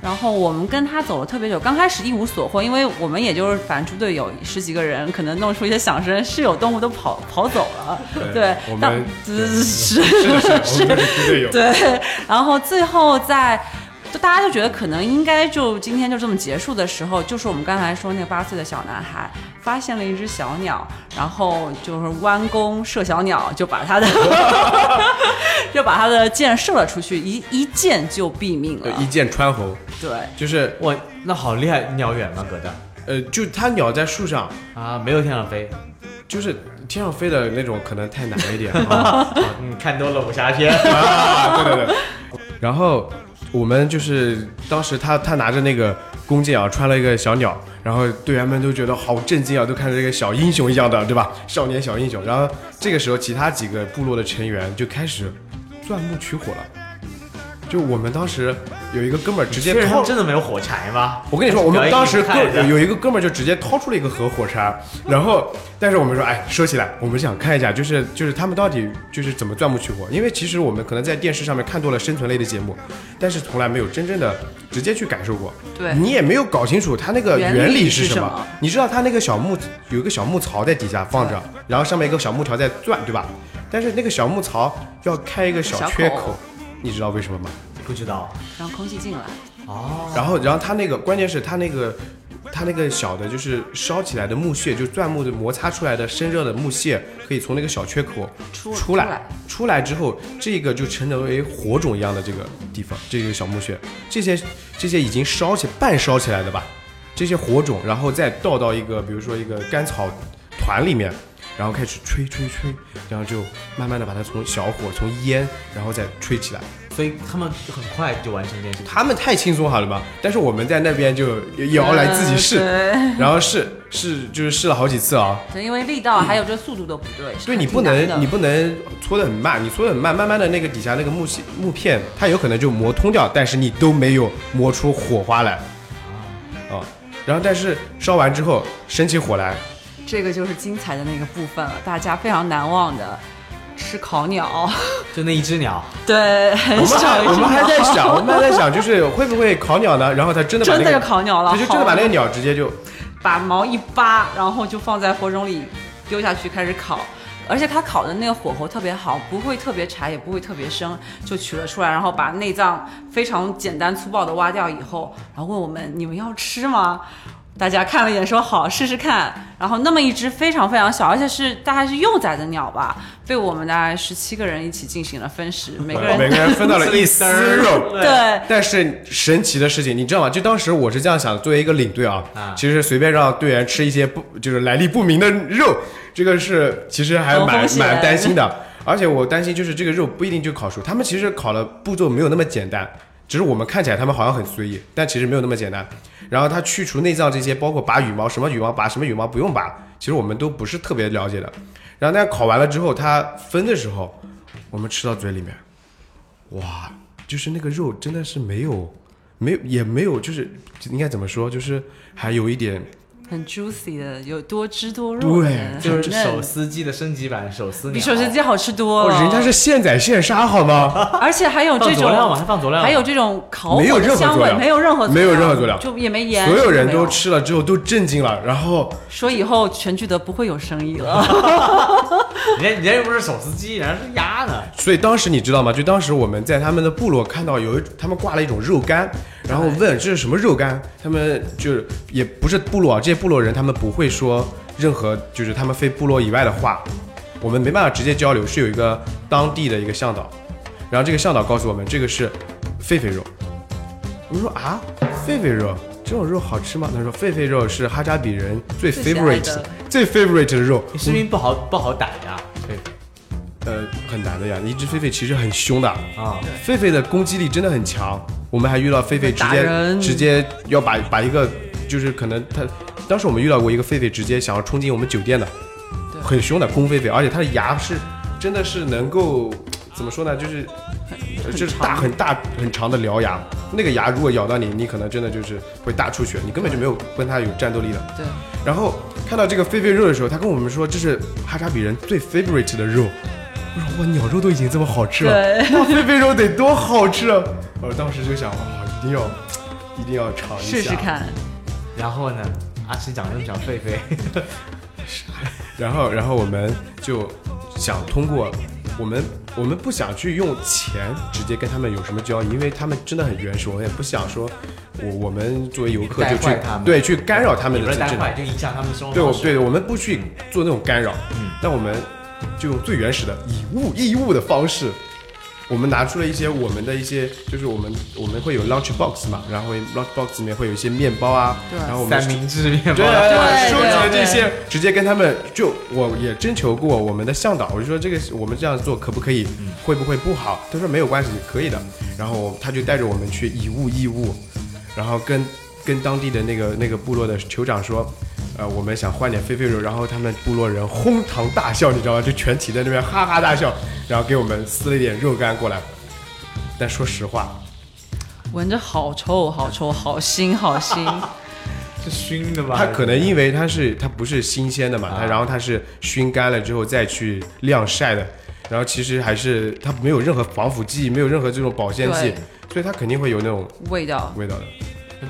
D: 然后我们跟他走了特别久，刚开始一无所获，因为我们也就是反正猪队友十几个人，可能弄出一些响声，是有动物都跑跑走了，对，
C: 我们
D: 但
C: 对
D: 是是
C: *laughs* 是 *laughs* 的，是
B: *laughs*
C: 队
D: *laughs*
C: 友。
D: 对，然后最后在。就大家就觉得可能应该就今天就这么结束的时候，就是我们刚才说那个八岁的小男孩发现了一只小鸟，然后就是弯弓射小鸟，就把
C: *laughs*
D: 他的就把他的箭射了出去，一一箭就毙命
C: 对
D: 了。
C: 一箭穿喉，
D: 对，
C: 就是
B: 哇，那好厉害！鸟远吗？葛大？
C: 呃，就它鸟在树上，
B: 啊，没有天上飞。
C: 就是天上飞的那种，可能太难了一点啊。
B: 嗯，看多了武侠
C: *laughs*
B: 片。
C: 啊对对对。 *laughs* 然后我们就是当时他他拿着那个弓箭啊，穿了一个小鸟，然后队员们都觉得好震惊啊，都看着这个小英雄一样的，对吧？少年小英雄。然后这个时候，其他几个部落的成员就开始钻木取火了。就我们当时有一个哥们儿直接
B: 确实
C: 掏，
B: 真的没有火柴吗？
C: 我跟你说，我们当时哥
B: 表演给你看一下
C: 有一个哥们儿就直接掏出了一个盒火柴，然后，但是我们说，哎，收起来，我们想看一下，就是就是他们到底就是怎么钻木取火，因为其实我们可能在电视上面看多了生存类的节目，但是从来没有真正的直接去感受过，
D: 对
C: 你也没有搞清楚它那个
D: 原
C: 原
D: 理
C: 理
D: 是
C: 是什
D: 什
C: 么
D: 么，
C: 你知道它那个小木有一个小木槽在底下放着，然后上面一个小木条在转，对吧？但是那个小木槽要开一个小
D: 小
C: 缺
D: 口
C: 口你知道为什么吗？
B: 不知道。哦
D: 让空气进来。
C: 然后，然后它那个关键是它那个它那个小的，就是烧起来的木屑，就钻木的摩擦出来的生热的木屑，可以从那个小缺口
D: 出
C: 出来。
D: 出来
C: 出来之后，这个就成为火种一样的这个地方，这个小木屑，这些这些已经烧起半烧起来的吧，这些火种，然后再倒到一个，比如说一个干草团里面。然后开始吹吹吹，然后就慢慢的把它从小火从烟，然后再吹起来。
B: 所以他们就很快就完成这件事情。
C: 他们太轻松好了吧？但是我们在那边就摇来自己试，
D: 嗯
C: 然后试试就是试了好几次啊。
D: 对，因为力道还有这速度都不对。是
C: 对你
D: 很
C: 不
D: 难的
C: 能，你不能搓得很慢，你搓得很慢，慢慢的那个底下那个木屑木片，它有可能就磨通掉，但是你都没有磨出火花来，啊，然后但是烧完之后升起火来，
D: 这个就是精彩的那个部分了，大家非常难忘的吃烤鸟，
B: 就那一只鸟，
D: 对，很
C: 我们还
D: 少有
C: 我们还在
D: 吃
C: 想，
D: 到
C: 我们还在想就是会不会烤鸟呢？然后他真的把那
D: 真
C: 个
D: 的就烤鸟了，
C: 他就真的把那个鸟直接就
D: 把毛一扒，然后就放在火种里丢下去开始烤。而且它烤的那个火候特别好，不会特别柴，也不会特别生，就取了出来，然后把内脏非常简单粗暴的挖掉以后，然后问我们你们要吃吗？大家看了一眼说好试试看。然后那么一只非常非常小，而且是大概是幼崽的鸟吧，被我们大概十七个人一起进行了分食，每个人
C: 哦每个人分到了一丝肉，
D: 对
C: 但是神奇的事情，你知道吗？就当时我是这样想的，作为一个领队啊，
B: 啊
C: 其实随便让队员吃一些不就是来历不明的肉，这个是其实还
D: 有
C: 蛮
D: 风险
C: 蛮担心的。而且我担心就是这个肉不一定就烤熟，他们其实烤了步骤没有那么简单，只是我们看起来他们好像很随意，但其实没有那么简单。然后他去除内脏这些，包括拔羽毛，什么羽毛拔，什么羽毛不用拔，其实我们都不是特别了解的。然后那烤完了之后，它分的时候，我们吃到嘴里面，哇，就是那个肉真的是没有，没有也没有，就是应该怎么说，就是还有一点
D: 很 juicy 的，有多汁多肉的，
C: 对
D: 很
B: 就是
D: 嫩
B: 手撕鸡的升级版，手撕鸟。
D: 比手撕鸡好吃多
C: 哦，
D: 了，
C: 人家是现宰现杀好吗？
D: 而且还有
B: 放
D: 这
B: 佐料吗？
D: 种
B: 还，放佐料吗？
D: 还有这种烤
C: 没有
D: 火
C: 任
D: 的
C: 何
D: 香
C: 佐
D: 味，
C: 料
D: 没有任何
C: 没有任何佐料
D: 就也没盐，
C: 所有人
D: 什么
C: 都
D: 没
C: 吃了之后都震惊了，然后
D: 说以后全聚德不会有生意了。
C: *laughs*
B: 人家人家又不是手撕鸡，人家是鸭呢。
C: 所以当时你知道吗？就当时我们在他们的部落看到有一他们挂了一种肉干，然后问这是什么肉干？他们就是也不是部落啊，这些部落人他们不会说任何就是他们非部落以外的话，我们没办法直接交流，是有一个当地的一个向导，然后这个向导告诉我们这个是狒狒肉。我们说啊，狒狒肉这种肉好吃吗？他说狒狒肉是哈扎比人最
D: 最喜爱
C: favorite
D: 的
C: 最 favorite 的肉，
B: 你是不是不
C: 嗯
B: 好不好逮呀？
C: 呃，很难的呀。一只狒狒其实很凶的。
B: 啊，
C: 狒狒的攻击力真的很强，我们还遇到狒狒直
D: 打人
C: 接直接要把把一个就是可能他当时我们遇到过一个狒狒直接想要冲进我们酒店的，
D: 对
C: 很凶的公狒狒，而且它的牙是真的是能够怎么说呢，就是就是大很大很长的獠牙，那个牙如果咬到你，你可能真的就是会大出血，你根本就没有跟它有战斗力的。
D: 对，
C: 然后看到这个狒狒肉的时候，他跟我们说这是哈扎比人最 favorite 的肉。我说哇，鸟肉都已经这么好吃了，
D: 对
C: 那狒狒肉得多好吃啊！我当时就想，哇，一定要，一定要尝一下。
D: 试试。看，
B: 然后呢？阿奇讲又讲狒狒，
C: 然后，然后我们就想通过我们，我们不想去用钱直接跟他们有什么交易，因为他们真的很原始，我也不想说，我我们作为游客
B: 带
C: 就
B: 坏
C: 去
B: 他们
C: 对去干扰他们
B: 也不
C: 的
B: 是
C: 正
B: 带
C: 正
B: 坏，就影响他们生活
C: 对，我
B: 方式。
C: 对，我们不去做那种干扰，但我们就用最原始的以物易物的方式我们拿出了一些我们的一些，就是我们我们会有 lunch box 嘛，然后 lunch box 里面会有一些面包啊，
D: 对
C: 然后我们
B: 三明治面
C: 对
B: 包。
C: 啊，
D: 对
C: 收集了这些
D: 对，
C: 直接跟他们就我也征求过我们的向导，我就说这个是我们这样做可不可以，
B: 嗯
C: 会不会不好？他说没有关系，可以的。然后他就带着我们去以物易物，然后跟跟当地的那个那个部落的酋长说。呃，我们想换点狒狒肉，然后他们部落人哄堂大笑，你知道吗？就全体在那边哈哈大笑，然后给我们撕了一点肉干过来。但说实话，
D: 闻着好臭，好臭，好腥，好
C: *laughs*
D: 腥。
B: 是熏的吧？
C: 它可能因为它是它不是新鲜的嘛，它然后它是熏干了之后再去晾晒的，然后其实还是它没有任何防腐剂，没有任何这种保鲜剂
D: 对，
C: 所以它肯定会有那种
D: 味道。
C: 味道的。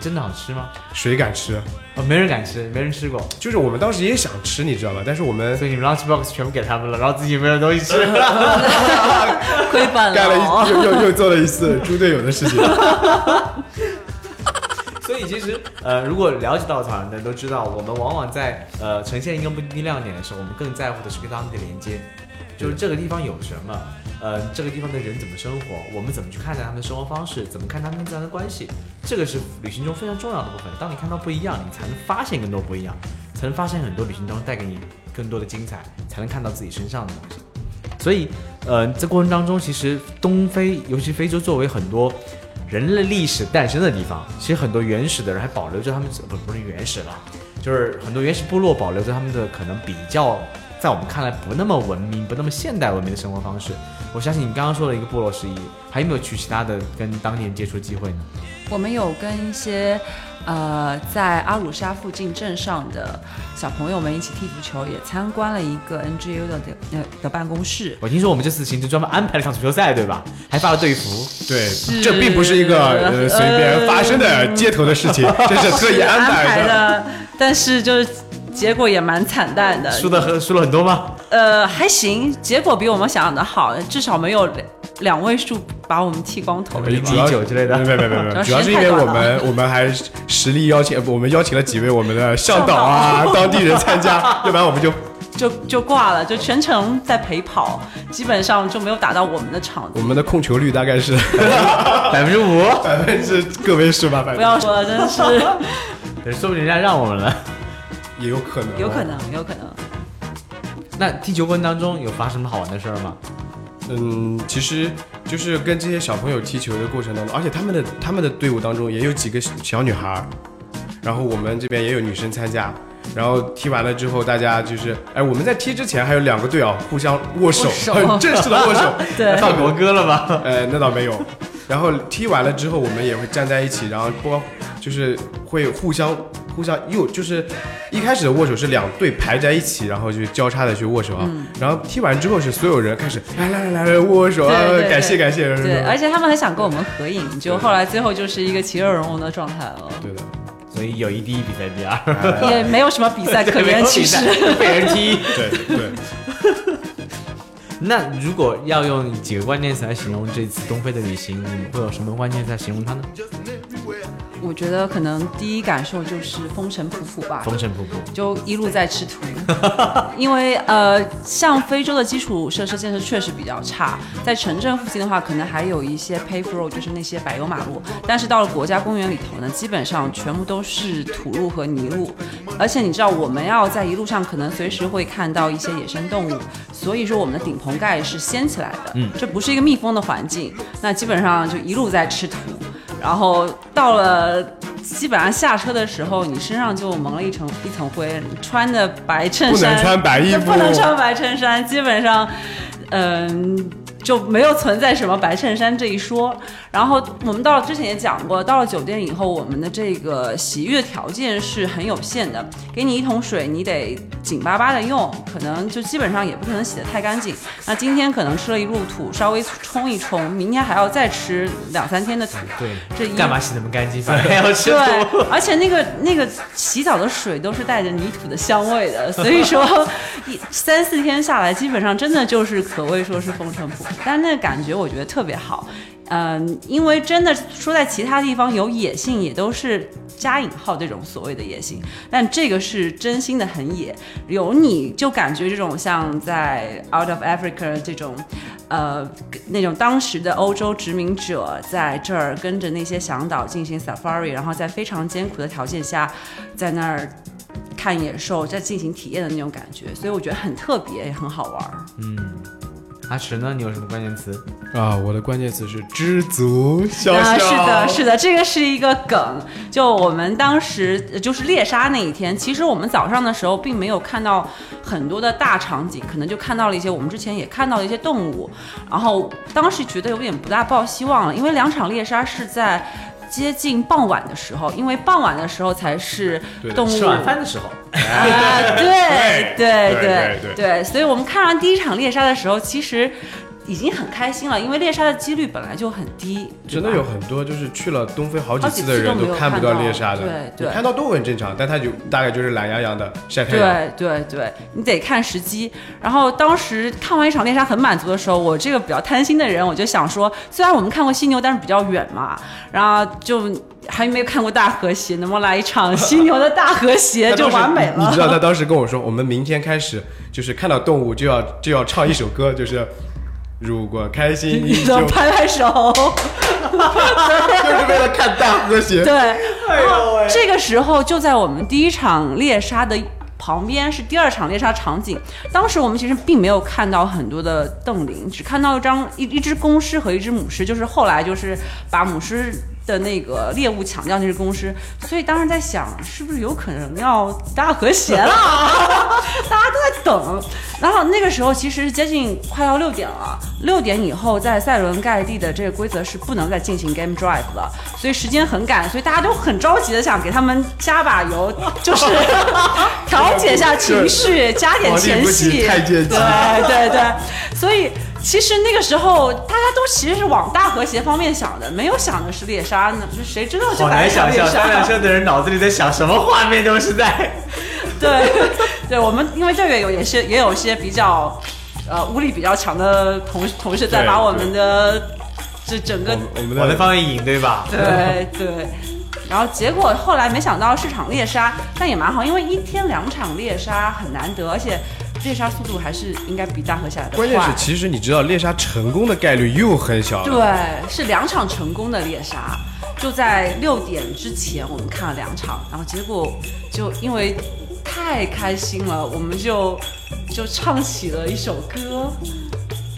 B: 真的好吃吗？
C: 谁敢吃？啊
B: 哦，没人敢吃，没人吃过，
C: 就是我们当时也想吃，你知道吗？但是我们
B: 所以你们 lunch box 全部给他们了，然后自己没有东西吃。
D: 亏本
C: *laughs* 干了
D: 哦
C: 一又又又做了一次猪队友的事情。
B: 所以其实，呃，如果了解稻草人的都知道，我们往往在呃呈现一个目的地亮点的时候，我们更在乎的是跟他们的连接，就是这个地方有什么，呃，这个地方的人怎么生活，我们怎么去看待他们的生活方式，怎么看他们跟自然的关系，这个是旅行中非常重要的部分。当你看到不一样，你才能发现更多不一样，才能发现很多旅行当中带给你更多的精彩，才能看到自己身上的东西。所以，呃，这过程当中，其实东非，尤其非洲，作为很多人类历史诞生的地方，其实很多原始的人还保留着他们不不是原始了，就是很多原始部落保留着他们的可能比较在我们看来不那么文明、不那么现代文明的生活方式。我相信你刚刚说的一个部落十一，还有没有去其他的跟当地人接触机会呢？
D: 我们有跟一些呃在阿鲁沙附近镇上的小朋友们一起踢足球，也参观了一个 NGO 的的呃的办公室。
B: 我听说我们这次行程专门安排了场足球赛，对吧？还发了队服。
C: 对，这并不是一个呃随便发生的街头的事情，这是特意安
D: 安
C: 排
D: 排
C: 的。
D: 的，但是就是结果也蛮惨淡的，
B: 输的很输了很多吗？
D: 呃还行，结果比我们想象的好，至少没有两两位数把我们剃光
C: 哦
D: 头。
B: 一比九之类的
C: 没有没有没有没有，主
D: 主
C: 要
D: 要时
C: 是因
D: 间
C: 为
D: 太短了
C: 我们我们还实力邀请，呃不我们邀请了几位我们的向导啊、当地人参加，要不然我们就
D: 就就挂了，就全程在陪跑，基本上就没有打到我们的场
C: 我
D: 子。
C: 们的控球率大概是
B: 百分之五，
C: 百分之个位数吧，反
D: 不
C: 正
D: 要说了，真的是。
B: 说不定人家让我们了。
C: 也有可能，啊
D: 有可。能，有可能。
B: 那踢球过程当中有发生什么好玩的事儿吗？
C: 嗯，其实就是跟这些小朋友踢球的过程当中，而且他们的他们的队伍当中也有几个小女孩儿，然后我们这边也有女生参加。然后踢完了之后，大家就是，哎，我们在踢之前还有两个队啊，互相握手，很正式的握手，
D: 对，
B: 唱国歌了吗？
C: 呃，那倒没有。然后踢完了之后，我们也会站在一起，然后包就是会互相互相又就是一开始的握手是两队排在一起，然后就交叉的去握手啊。
D: 嗯
C: 然后踢完之后是所有人开始来来来来握握手啊
D: 对，对
C: 感谢感谢。是
D: 对，
C: 吧
D: 而且他们还想跟我们合影，就后来最后就是一个其乐融融的状态了，
C: 对的，
B: 所以友谊第一，比赛第二，
D: 也没有什么比赛可
B: *laughs* 没
D: 言，
B: 有
D: 其
B: 比赛
D: 实。
B: 被人踢。
C: 对
D: *laughs*
C: 对。
B: 那如果要用几个关键词来形容这次东非的旅行，你们会有什么关键词来形容它呢？
D: 我觉得可能第一感受就是风尘仆仆吧，
B: 风尘仆仆，
D: 就一路在吃土，因为呃，像非洲的基础设施建设确实比较差，在城镇附近的话，可能还有一些 paved road，就是那些柏油马路，但是到了国家公园里头呢，基本上全部都是土路和泥路，而且你知道我们要在一路上可能随时会看到一些野生动物，所以说我们的顶棚盖是掀起来的，嗯，这不是一个密封的环境，那基本上就一路在吃土。然后到了基本上下车的时候，你身上就蒙了一层一层灰，穿的白衬衫
C: 不能穿白衣服
D: 不能穿白衬衫，基本上，嗯、就没有存在什么白衬衫这一说。然后我们到了之前也讲过，到了酒店以后，我们的这个洗浴的条件是很有限的，给你一桶水，你得紧巴巴的用，可能就基本上也不可能洗得太干净。那今天可能吃了一路土，稍微冲一冲，明天还要再吃两三天的土。
B: 对，
D: 这一
B: 干嘛洗那么干
E: *laughs*
B: 净，反正还要吃土？
D: 对，而且那个那个洗澡的水都是带着泥土的香味的，所以
B: *laughs*
D: 说一三四天下来，基本上真的就是可谓说是风尘仆仆，但那感觉我觉得特别好。嗯，因为真的说在其他地方有野性，也都是加引号这种所谓的野性，但这个是真心的很野。有你就感觉这种像在 Out of Africa 这种，呃，那种当时的欧洲殖民者在这儿跟着那些向导进行 safari，然后在非常艰苦的条件下，在那儿。看野兽在进行体验的那种感觉，所以我觉得很特别，也很好玩儿。
E: 阿池呢？你有什么关键词？
C: 啊，我的关键词是知足，笑 *laughs* 笑。
D: 啊，是的，是的，这个是一个梗。就我们当时呃就是猎杀那一天，其实我们早上的时候并没有看到很多的大场景，可能就看到了一些我们之前也看到的一些动物。然后当时觉得有点不大抱希望了，因为两场猎杀是在。接近傍晚的时候，因为傍晚的时候才是
C: 对的
D: 动物
E: 吃晚饭的时候，
D: 啊，对
C: 对
D: 对
C: 对
D: 对，所以我们看完第一场猎杀的时候，其实已经很开心了，因为猎杀的几率本来就很低，对
C: 真的
D: 吧
C: 有很多就是去了东非好几
D: 好几
C: 次
D: 次
C: 的人
D: 都没有
C: 看不到
D: 看到
C: 猎杀的，
D: 对对
C: 你看到都很正常，但他就大概就是懒洋洋的晒太阳。
D: 对对对，你得看时机。然后当时看完一场猎杀很满足的时候，我这个比较贪心的人，我就想说，虽然我们看过犀牛，但是比较远嘛，然后就还没有看过大和谐，能不能来一场 *laughs* 犀牛的大和谐
C: 他
D: 就
C: 当时
D: 完美
C: 你
D: 了
C: 你。知道他当时跟我说，我们明天开始就是看到动物就要就要唱一首歌，就是如果开心
D: *laughs*
C: 你
D: 你
C: 就
D: 的拍拍手。
C: *laughs* 就是为了看大和谐。
D: 对，然后这个时候就在我们第一场猎杀的旁边是第二场猎杀场景。当时我们其实并没有看到很多的瞪羚，只看到一张一一只公狮和一只母狮，就是后来就是把母狮。的那个猎物抢掉那只公狮，所以当时在想，是不是有可能要大和谐了？ *laughs* 大家都在等。然后那个时候其实是接近快要六点了，六点以后在塞伦盖蒂的这个规则是不能再进行 game drive 了，所以时间很赶，所以大家都很着急的想给他们加把
C: *laughs*
D: 油，就是调节一下情绪，加点前
C: 皇帝不
D: 戏。
C: 急太监急
D: 对对对，所以。其实那个时候，大家都其实是往大和谐方面想的，没有想的是猎杀呢。就谁知道就
E: 好
D: 来
E: 难
D: 一场
E: 想
D: 猎
E: 象
D: 杀？
E: 三
D: *laughs*
E: 辆车的人脑子里在想什么画面都是在。
D: *laughs* 对，对，我们因为这个有也是也有些比较，呃，屋力比较强的同同事在
C: 对
D: 把我们的这整个
C: 我们
E: 我的方位影对吧？
D: 对对，然后结果后来没想到市场猎杀，但也蛮好，因为一天两场猎杀很难得，而且猎杀速度还是应该比大河下来的快。
C: 关键是，其实你知道猎杀成功的概率又很小。
D: 对，是两场成功的猎杀，就在六点之前我们看了两场，然后结果就因为太开心了，我们就就唱起了一首歌，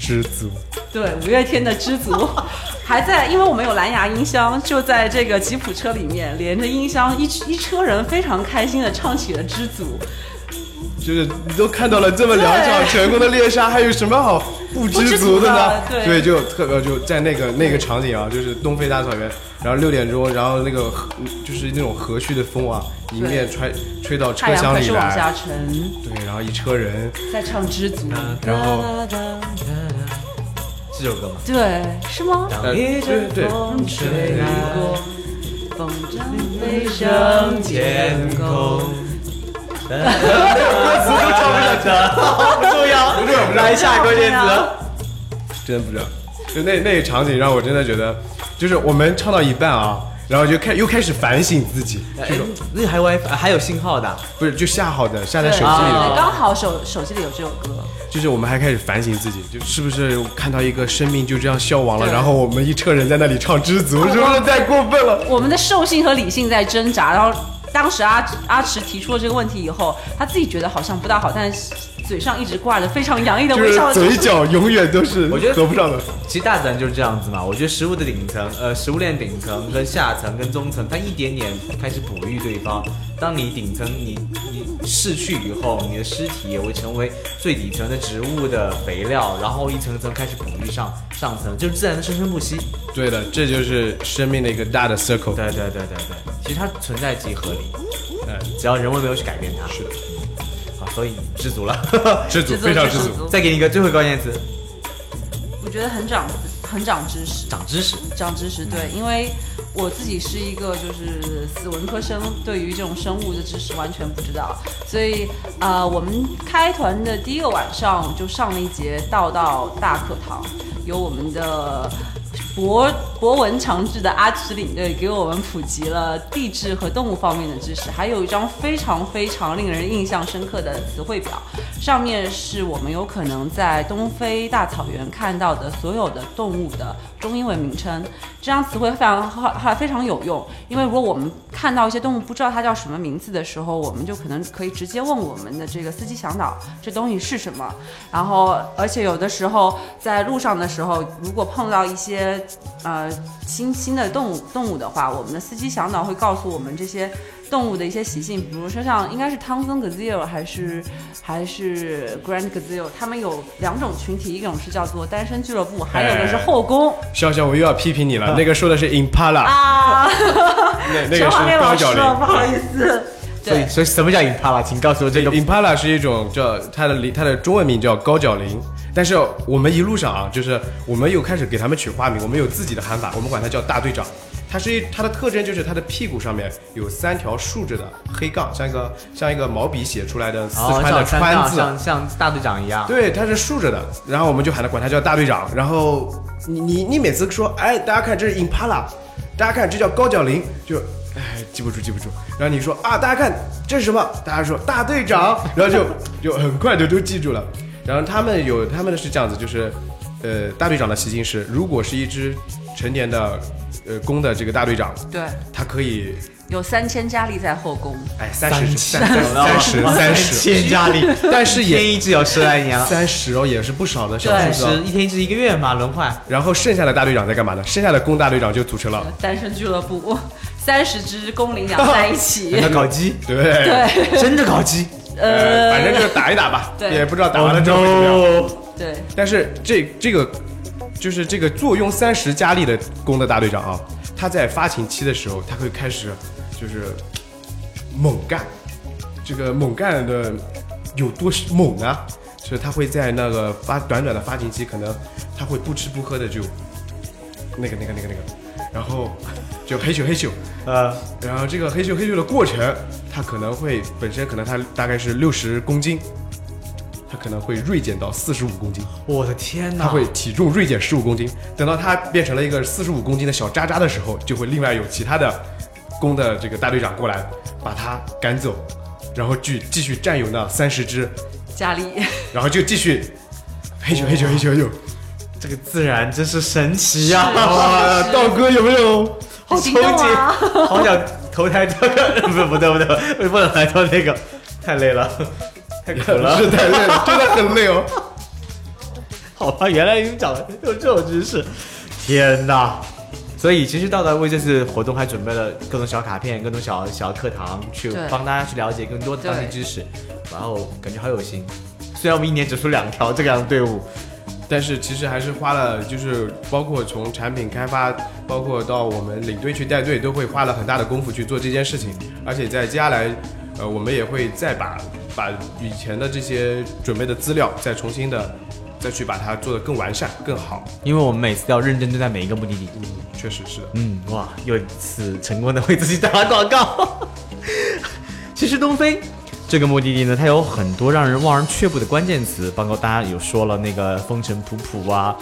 C: 知足。
D: 对，五月天的《知足》，还在，因为我们有蓝牙音箱，就在这个吉普车里面连着音箱，一一车人非常开心的唱起了《知足》。
C: 就是你都看到了这么两场成功的猎杀，还有什么好不知足的呢？
D: 不知足的对
C: 所以就特别就在那个那个场景啊，就是东非大草原，然后六点钟，然后那个和就是那种和煦的风啊，迎面吹吹到
D: 太阳
C: 车厢
D: 开
C: 里
D: 始往下
C: 来，
D: 沉，
C: 对，然后一车人，
D: 在唱《知足》，
C: 嗯然后
E: 这首歌吗？
D: 对，是吗？
B: 啊
C: 呃
E: 当一阵风吹过
D: 风筝飞
E: 飞上
D: 升
E: 天
D: 天
E: 空
D: 空。。
E: 词都唱不上去了，不重要， *laughs* 不重要。来下一个关键词，
C: 真不知道，就那那个场景让我真的觉得，就是我们唱到一半啊，然后就开又开始反省自己，这种
B: 哎
E: 那还有 WiFi 还有信号的，
C: 不是就下好的下在
D: 对
C: 手机
D: 对
C: 里
D: 对
C: 的。
D: 刚好手手机里有这首歌，
C: 就是我们还开始反省自己，就是不是看到一个生命就这样消亡了，
D: 对
C: 然后我们一车人在那里唱《知
B: 哎
C: 足》，是不是太过分了？
D: 我们的兽性和理性在挣扎。然后当时阿阿池提出了这个问题以后，他自己觉得好像不大好，但是嘴上一直挂着非常洋溢的
C: 就
D: 微
C: 是
D: 笑。
C: 嘴角永远都是
E: 我觉得
C: 合不上的。
E: 其实大自然就是这样子嘛。我觉得食物的顶层，呃，食物链顶层跟下层跟中层，它一点点开始哺育对方。当你顶层你你逝去以后，你的尸体也会成为最底层的植物的肥料，然后一层层开始哺育上上层，就是自然的生生不息。
C: 对的，这就是生命的一个大的 circle。
E: 对对对对对，其实它存在即合理，呃
C: 哎，
E: 只要人为没有去改变它。是的。好，所以你知足了。
C: 知足，非常知足。
E: 再给你一个最后一个关键词，
D: 我觉得很长很长知识。
E: 长知识。
D: 长知识，对，因为我自己是一个就是死文科生，对于这种生物的知识完全不知道，所以呃，我们开团的第一个晚上就上了一节道道大课堂，有我们的。博博闻强志的阿驰领队给我们普及了地质和动物方面的知识，还有一张非常非常令人印象深刻的词汇表，上面是我们有可能在东非大草原看到的所有的动物的中英文名称。这张词汇非常后后来非常有用，因为如果我们看到一些动物不知道它叫什么名字的时候，我们就可能可以直接问我们的这个司机向导这东西是什么。然后，而且有的时候在路上的时候，如果碰到一些呃新新的动物动物的话，我们的司机向导会告诉我们这些动物的一些习性，比如说像应该是汤森 gazelle 还是还是 grand gazelle，它们有两种群体，一种是叫做单身俱乐部，还有一个是后宫
C: 笑笑，我又要批评你了。那个说的是 Impala，
D: 啊，
C: 那那
D: 全
C: 个是
D: 还给老
C: 高
D: 师
C: 脚
D: 了，
C: 铃。
D: 不好意思。
F: 所以
D: 对，
F: 所以什么叫 Impala？请告诉我这
E: 哦
F: 个
C: Impala 是一种叫它的铃，它的中文名叫高脚铃，但是我们一路上啊，就是我们有开始给它们取花名，我们有自己的喊法，我们管它叫大队长。它是一它的特征就是它的屁股上面有三条竖着的黑杠，像一个像一个毛笔写出来的四
B: 哦，
C: 川
B: 像
C: 的
B: 三
C: 川
B: 藏
C: 字，
B: 像像大队长一样。
C: 对，它是竖着的，然后我们就喊他管他叫大队长。然后你你你每次说，哎，大家看这是 Impala，大家看这叫高脚铃，就哎记不住记不住。然后你说啊，大家看这是什么？大家说大队长，然后就就很快就都记住了。然后他们有他们的是这样子，就是呃大队长的习性是，如果是一只成年的呃公的这个大队长，
D: 对，
C: 它可以
D: 有三千佳丽在后宫。
C: 哎三十
F: 千
C: 三三十三十，
F: 千家里，
C: 但是
F: 一天
C: 也
F: 一只有十来年了，
C: 三十哦也是不少的小
D: 对
C: 数字哦。
B: 是一天是一个月嘛，轮换。
C: *laughs* 然后剩下的大队长在干嘛呢？剩下的公大队长就组成了，
D: 单身俱乐部，三十只公羚羊在一
C: *laughs*
D: 起。
F: 那搞基，
C: 对不对？
D: 对，
F: 真的搞基。
C: 呃，反
D: 呃，
C: 正就是打一打吧，
D: 对
C: 也不知道打完了之后会怎么样。
D: 对，
C: 但是这这个就是这个坐拥三十佳丽的公的大队长啊，他在发情期的时候，他会开始就是猛干，这个猛干的有多猛啊？就是他会在那个发短短的发情期，可能他会不吃不喝的就那个那个那个那个，然后就嘿咻嘿咻，
F: 呃，
C: 然后这个黑咻黑咻的过程，它可能会本身可能它大概是六十公斤，它可能会锐减到四十五公斤，
B: 我的天哪！
C: 它会体重锐减十五公斤。等到它变成了一个四十五公斤的小渣渣的时候，就会另外有其他的公的这个大队长过来把它赶走，然后继继续占有那三十只，
D: 佳丽，
C: 然后就继续哎黑咻黑咻黑咻黑咻。
F: 这个自然真是神奇呀、
B: *laughs*
C: 啊，道哥有没有？
F: 好
D: 心动啊！
F: 好想投胎到
B: *laughs*
F: 不不对不对，不能来到那个，太累了，太苦了。
C: 是太累了， *laughs* 哦真的很累哦。
F: 好吧，原来你们讲的有这种知识，天哪！
B: 所以其实道道为这次活动还准备了各种小卡片、各种小小课堂，去
D: 对
B: 帮大家去了解更多的
D: 对
B: 当地知识。然后感觉好有心，虽然我们一年只出两条这样的队伍，
C: 但是其实还是花了，就是包括从产品开发，包括到我们领队去带队，都会花了很大的功夫去做这件事情。而且在接下来，呃，我们也会再把把以前的这些准备的资料，再重新的再去把它做得更完善、更好。
B: 因为我们每次都要认真对待每一个目的地。
C: 确实是的。
B: 嗯，哇，又一次成功的为自己打广告。 *laughs* 其实东非这个目的地呢，它有很多让人望而却步的关键词，包括大家有说了那个风尘仆仆啊，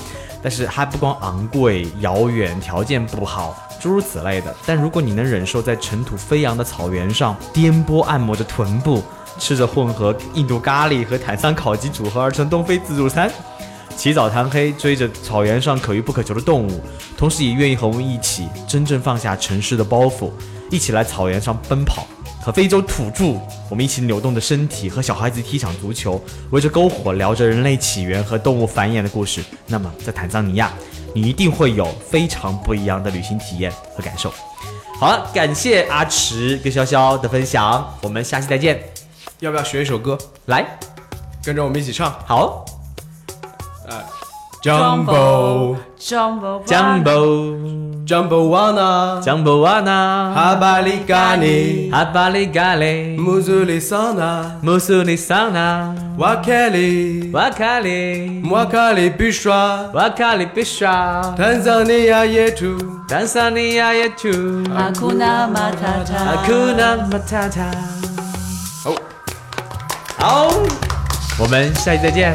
B: 但是它不光昂贵、遥远、条件不好，诸如此类的。但如果你能忍受在尘土飞扬的草原上颠簸按摩着臀部，吃着混合印度咖喱和坦桑烤鸡组合而成东非自助餐，起早贪黑追着草原上可遇不可求的动物，同时也愿意和我们一起真正放下城市的包袱，一起来草原上奔跑。和非洲土著，我们一起扭动着身体，和小孩子踢场足球，围着篝火聊着人类起源和动物繁衍的故事。那么，在坦桑尼亚，你一定会有非常不一样的旅行体验和感受。好了，感谢阿驰跟潇潇的分享，我们下期再见。
C: 要不要学一首歌？
B: 来，
C: 跟着我们一起唱。
B: 好
C: Jumbo
D: Jumbo
B: ，Jumbo
C: Jumbo Wana
B: Jumbo Wana，
C: Habali Gani
B: 阿巴里嘎嘞，
C: Muzuli Sana
B: 穆苏里桑拿，
C: Wakeli
B: 瓦卡里，
C: Mwakali Bishwa
B: 瓦卡里必刷，
C: Tanzania yetu
B: 坦桑尼亚也出，
D: 阿库纳马塔
B: 阿
D: 塔，
B: 库纳马塔塔。
C: 好，
B: 好，我们下期再见。